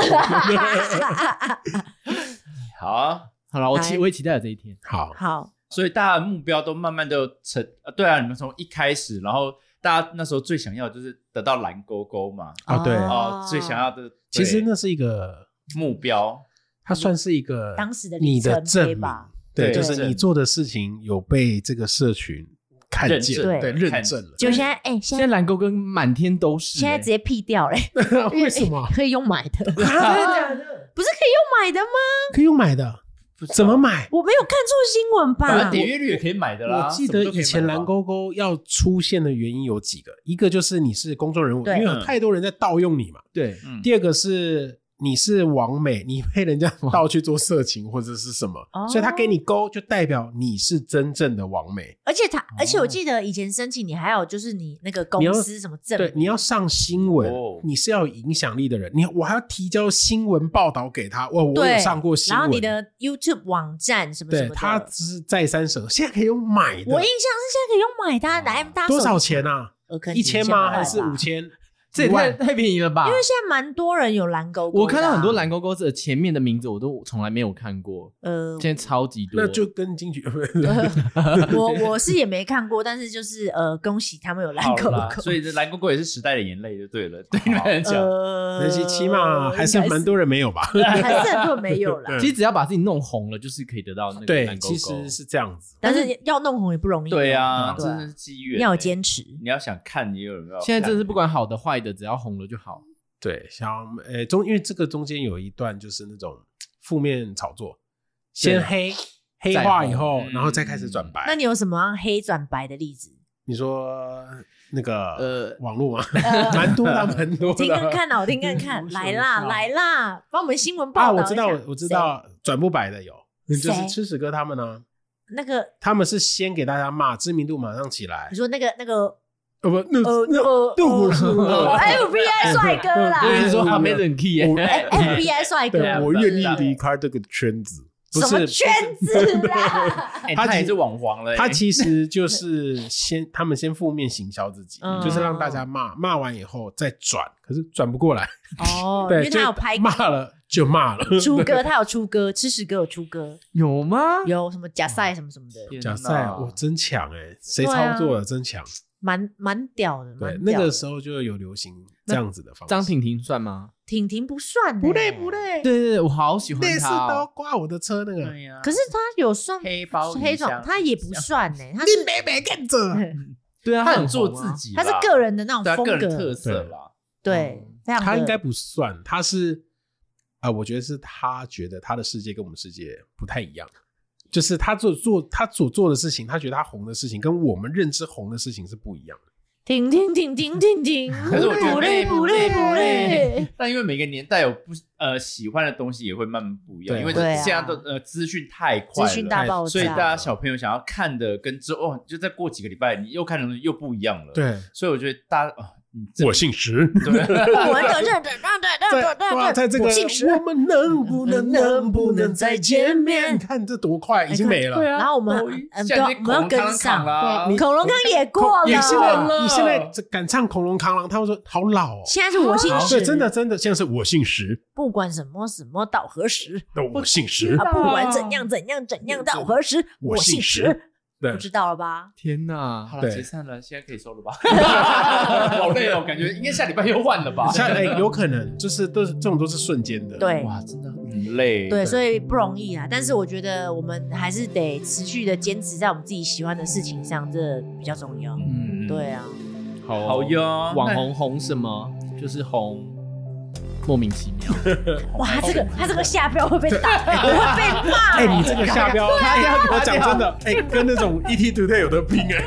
[SPEAKER 4] 好啊。
[SPEAKER 3] 好了，我期
[SPEAKER 5] 来
[SPEAKER 3] 我也期待有这一天。
[SPEAKER 6] 好，
[SPEAKER 5] 好，
[SPEAKER 4] 所以大家的目标都慢慢都成，啊对啊，你们从一开始，然后大家那时候最想要的就是得到蓝勾勾嘛，
[SPEAKER 6] 啊对
[SPEAKER 4] 哦，最想要的
[SPEAKER 6] 其实
[SPEAKER 4] 对
[SPEAKER 6] 那是一个，
[SPEAKER 4] 目标，
[SPEAKER 6] 它算是一个
[SPEAKER 5] 当时的
[SPEAKER 6] 你
[SPEAKER 5] 里程
[SPEAKER 6] 的
[SPEAKER 5] 碑
[SPEAKER 6] 证明
[SPEAKER 5] 吧，
[SPEAKER 6] 对，
[SPEAKER 4] 对
[SPEAKER 6] 就是
[SPEAKER 4] 对
[SPEAKER 6] 你做的事情有被这个社群看
[SPEAKER 4] 认
[SPEAKER 6] 见，
[SPEAKER 4] 证对
[SPEAKER 6] 对，认证了。
[SPEAKER 5] 就现在，哎，现
[SPEAKER 3] 现
[SPEAKER 5] 在
[SPEAKER 3] 在蓝勾跟满天都是，
[SPEAKER 5] 现在直接 P 掉 嘞，
[SPEAKER 6] 为什么
[SPEAKER 5] 可以用买
[SPEAKER 6] 啊
[SPEAKER 5] 的，不是可以用买的吗？
[SPEAKER 6] 可以用买的？怎么买？
[SPEAKER 5] 我没有看错新闻
[SPEAKER 4] 反正
[SPEAKER 5] 吧？
[SPEAKER 4] 点阅率也可以买的啦。
[SPEAKER 6] 我记
[SPEAKER 4] 什
[SPEAKER 6] 得
[SPEAKER 4] 么都可以
[SPEAKER 6] 以
[SPEAKER 4] 买吧
[SPEAKER 6] 前蓝勾勾要出现的原因有几个，一个就是你是公众人物，因
[SPEAKER 5] 对
[SPEAKER 6] 为有太多人在盗用你嘛。
[SPEAKER 3] 对，
[SPEAKER 4] 嗯
[SPEAKER 6] 第二个是你是王美，你被人家盗去做色情或者是什么，
[SPEAKER 5] 哦
[SPEAKER 6] 所以他给你勾就代表你是真正的王美。
[SPEAKER 5] 而且他，而且我记得以前申请你还有就是你那个公司什么证
[SPEAKER 6] 对，你要上新闻，
[SPEAKER 4] 哦
[SPEAKER 6] 你是要有影响力的人，你我还要提交新闻报道给他。哇，我有
[SPEAKER 5] 对
[SPEAKER 6] 上过新
[SPEAKER 5] 然后
[SPEAKER 6] 闻，
[SPEAKER 5] 你的 YouTube 网站什么什
[SPEAKER 6] 对
[SPEAKER 5] 么
[SPEAKER 6] 他
[SPEAKER 5] 的。
[SPEAKER 6] 只是再三审核，现在可以用买的哦
[SPEAKER 5] 我印象是，现在可以用买的啊，来大家
[SPEAKER 6] 多少
[SPEAKER 5] 手
[SPEAKER 6] 钱啊？
[SPEAKER 5] 呃可能
[SPEAKER 6] 一千
[SPEAKER 5] 几
[SPEAKER 6] 吗？
[SPEAKER 5] 吧
[SPEAKER 6] 还是五？千？啊
[SPEAKER 3] 这也
[SPEAKER 6] 一
[SPEAKER 3] 太
[SPEAKER 6] 万
[SPEAKER 3] 太便宜了吧？
[SPEAKER 5] 因为现在蛮多人有蓝勾勾的啊，
[SPEAKER 3] 我看到很多蓝勾勾的前面的名字，我都从来没有看过，
[SPEAKER 5] 呃，
[SPEAKER 3] 现在超级多。
[SPEAKER 6] 那就跟 金 曲
[SPEAKER 5] 我我是也没看过，但是就是呃，恭喜他们有蓝
[SPEAKER 4] 好
[SPEAKER 5] 勾
[SPEAKER 4] 啦
[SPEAKER 5] 勾，
[SPEAKER 4] 所以这蓝勾勾也是时代的眼泪，就对了。对你们来讲，
[SPEAKER 5] 呃，
[SPEAKER 6] 那些起码还是蛮多人没有吧？
[SPEAKER 5] 应该是，还是很多人没有啦。
[SPEAKER 3] 其实只要把自己弄红了，就是可以得到那个
[SPEAKER 6] 对
[SPEAKER 3] 蓝，勾勾。
[SPEAKER 6] 其实是这样子。
[SPEAKER 5] 但是要弄红也不容易哦，
[SPEAKER 4] 对啊，
[SPEAKER 5] 对
[SPEAKER 4] 真的
[SPEAKER 5] 啊
[SPEAKER 4] 是机缘欸。
[SPEAKER 5] 要有坚持。
[SPEAKER 4] 你要想看也有人要看。
[SPEAKER 3] 现在真的是不管好的坏的，只要红了就好。
[SPEAKER 6] 对，像呃中，因为这个中间有一段就是那种负面炒作，先黑黑
[SPEAKER 3] 再
[SPEAKER 6] 化以
[SPEAKER 3] 红
[SPEAKER 6] 后，
[SPEAKER 4] 嗯
[SPEAKER 6] 然后再开始转白。
[SPEAKER 5] 那你有什么让黑转白的例子？
[SPEAKER 6] 你说那个
[SPEAKER 3] 呃
[SPEAKER 6] 网络吗？ 蛮多的，蛮多
[SPEAKER 5] 听看
[SPEAKER 6] 的。
[SPEAKER 5] 看啊，我 听看看，
[SPEAKER 6] 嗯
[SPEAKER 5] 来啦来啦，帮我们新闻
[SPEAKER 6] 啊，
[SPEAKER 5] 报道
[SPEAKER 6] 我
[SPEAKER 5] 一下
[SPEAKER 6] 知道，我知
[SPEAKER 5] 谁
[SPEAKER 6] 道，转不白的有，就
[SPEAKER 5] 谁
[SPEAKER 6] 是吃屎哥他们呢，
[SPEAKER 5] 那个
[SPEAKER 6] 他们是先给大家骂，知名度马上起来
[SPEAKER 5] 你。说那个那个
[SPEAKER 6] 呃不，那
[SPEAKER 5] 呃
[SPEAKER 6] 那
[SPEAKER 5] 呃
[SPEAKER 6] 杜甫是不是
[SPEAKER 5] 呃 FBI 帅哥啦
[SPEAKER 3] 有人说
[SPEAKER 6] 嗯
[SPEAKER 3] 啊，没人 key 耶
[SPEAKER 6] 我
[SPEAKER 5] 哎，FBI 帅哥，
[SPEAKER 6] 对，我愿意离
[SPEAKER 5] 对啊
[SPEAKER 6] 开这个圈子，不
[SPEAKER 5] 什么
[SPEAKER 6] 是
[SPEAKER 5] 圈子 啦？
[SPEAKER 4] 欸，
[SPEAKER 6] 他
[SPEAKER 4] 他也
[SPEAKER 6] 其
[SPEAKER 4] 是网黄了欸。
[SPEAKER 6] 他其实就是先，他们先负面行销自己，
[SPEAKER 5] 嗯
[SPEAKER 6] 就是让大家骂，骂完以后再转，可是转不过来，
[SPEAKER 5] 哦，因
[SPEAKER 6] 对，
[SPEAKER 5] 为他有拍
[SPEAKER 6] 就骂了就骂 了，
[SPEAKER 5] 出歌，他有出歌，吃屎哥有出歌，
[SPEAKER 3] 有吗？
[SPEAKER 5] 有什么假赛什么什么的，
[SPEAKER 3] 天
[SPEAKER 6] 假赛啊
[SPEAKER 3] 哪
[SPEAKER 6] 我真强哎，谁
[SPEAKER 5] 对啊
[SPEAKER 6] 操作的真强？
[SPEAKER 5] 蛮蛮屌的。
[SPEAKER 6] 对
[SPEAKER 5] 蛮，
[SPEAKER 6] 那
[SPEAKER 5] 屌
[SPEAKER 6] 个
[SPEAKER 5] 的
[SPEAKER 6] 时候就有流行这样子的方式。
[SPEAKER 3] 张婷婷算吗？
[SPEAKER 5] 婷婷不算欸，
[SPEAKER 6] 不累不累，
[SPEAKER 3] 对对对，我好喜欢
[SPEAKER 6] 类似
[SPEAKER 3] 她
[SPEAKER 6] 刀
[SPEAKER 3] 哦。
[SPEAKER 6] 刮我的车那个，
[SPEAKER 5] 啊
[SPEAKER 4] 对啊呀，
[SPEAKER 5] 可是他有算
[SPEAKER 4] 黑包
[SPEAKER 5] 黑爽，他也不算呢，他是
[SPEAKER 6] 你妹 妹 跟着，
[SPEAKER 3] 对啊，
[SPEAKER 4] 他
[SPEAKER 3] 很
[SPEAKER 4] 很做
[SPEAKER 3] 红啊
[SPEAKER 4] 自，己啦，
[SPEAKER 5] 他是个人的那
[SPEAKER 4] 对啊
[SPEAKER 5] 种风
[SPEAKER 4] 个人特
[SPEAKER 5] 格，
[SPEAKER 4] 色嗯啦。
[SPEAKER 5] 对，非常
[SPEAKER 6] 他
[SPEAKER 5] 的
[SPEAKER 6] 应该不算，他是啊、我觉得是他觉得他的世界跟我们世界不太一样，就是他做做他所做的事情，他觉得他红的事情跟我们认知红的事情是不一样的。
[SPEAKER 2] 停停停停停停，
[SPEAKER 4] 可是我觉得
[SPEAKER 2] 不累
[SPEAKER 4] 累
[SPEAKER 2] 不累不累，
[SPEAKER 4] 但因为每个年代有不呃喜欢的东西也会慢慢不一样，
[SPEAKER 6] 对
[SPEAKER 4] 因为
[SPEAKER 2] 对啊
[SPEAKER 4] 现在都呃资讯太快
[SPEAKER 2] 资
[SPEAKER 4] 了，哎
[SPEAKER 2] 讯大爆炸，
[SPEAKER 4] 所以大家小朋友想要看的跟之后、哦、就再过几个礼拜，你又看的东西又不一样了。，
[SPEAKER 6] 对，
[SPEAKER 4] 所以我觉得大家啊，你这
[SPEAKER 6] 我姓石。
[SPEAKER 4] 对，
[SPEAKER 5] 我们的认真让对
[SPEAKER 6] 在
[SPEAKER 5] 对
[SPEAKER 6] 对啊，
[SPEAKER 5] 对
[SPEAKER 6] 在这个
[SPEAKER 5] 我姓石
[SPEAKER 6] 我们能不能能不能再见面？看这多快，
[SPEAKER 5] 哎
[SPEAKER 6] 已经没
[SPEAKER 4] 哎
[SPEAKER 6] 了。
[SPEAKER 4] 啊
[SPEAKER 5] 然后我们嗯，对，
[SPEAKER 4] 现在
[SPEAKER 5] 我们要跟上。
[SPEAKER 4] 啦，
[SPEAKER 5] 恐龙刚也过
[SPEAKER 6] 你现
[SPEAKER 5] 了，
[SPEAKER 6] 在你现在只敢唱《恐龙扛狼》，他们说好老哦。
[SPEAKER 5] 现在是我姓
[SPEAKER 6] 对，
[SPEAKER 5] 石，
[SPEAKER 6] 真的真的，现在是我姓石，
[SPEAKER 5] 不管什么什么到何时
[SPEAKER 6] 那我姓石
[SPEAKER 5] 啊，，不管怎样怎样怎样到何时，
[SPEAKER 6] 我
[SPEAKER 5] 我
[SPEAKER 6] 姓
[SPEAKER 5] 姓
[SPEAKER 6] 石
[SPEAKER 5] 石，
[SPEAKER 6] 对
[SPEAKER 5] 不，知道了
[SPEAKER 4] 嗯
[SPEAKER 5] 吧？
[SPEAKER 3] 天哪！
[SPEAKER 4] 好了，
[SPEAKER 6] 对
[SPEAKER 4] 解散了，现在可以收了吧？ 好累 哦，感觉应该下礼拜又换了吧？
[SPEAKER 6] 像哎，有可能就是都是这种都是瞬间的。
[SPEAKER 5] 对
[SPEAKER 4] 哇，真的很嗯累。
[SPEAKER 5] 对，所以不容易啊。但是我觉得我们还是得持续的坚持在我们自己喜欢的事情上，这比较重要。
[SPEAKER 3] 嗯，
[SPEAKER 5] 对啊，
[SPEAKER 3] 好哦
[SPEAKER 4] 好哟，
[SPEAKER 3] 网红红什么？就是红，莫名其妙。
[SPEAKER 5] 哇，他这个他这个下标会被打，我会被骂。
[SPEAKER 6] 哎，你这个下标，E 哎我讲真的，哎，跟那种 ET 对对有的拼哎。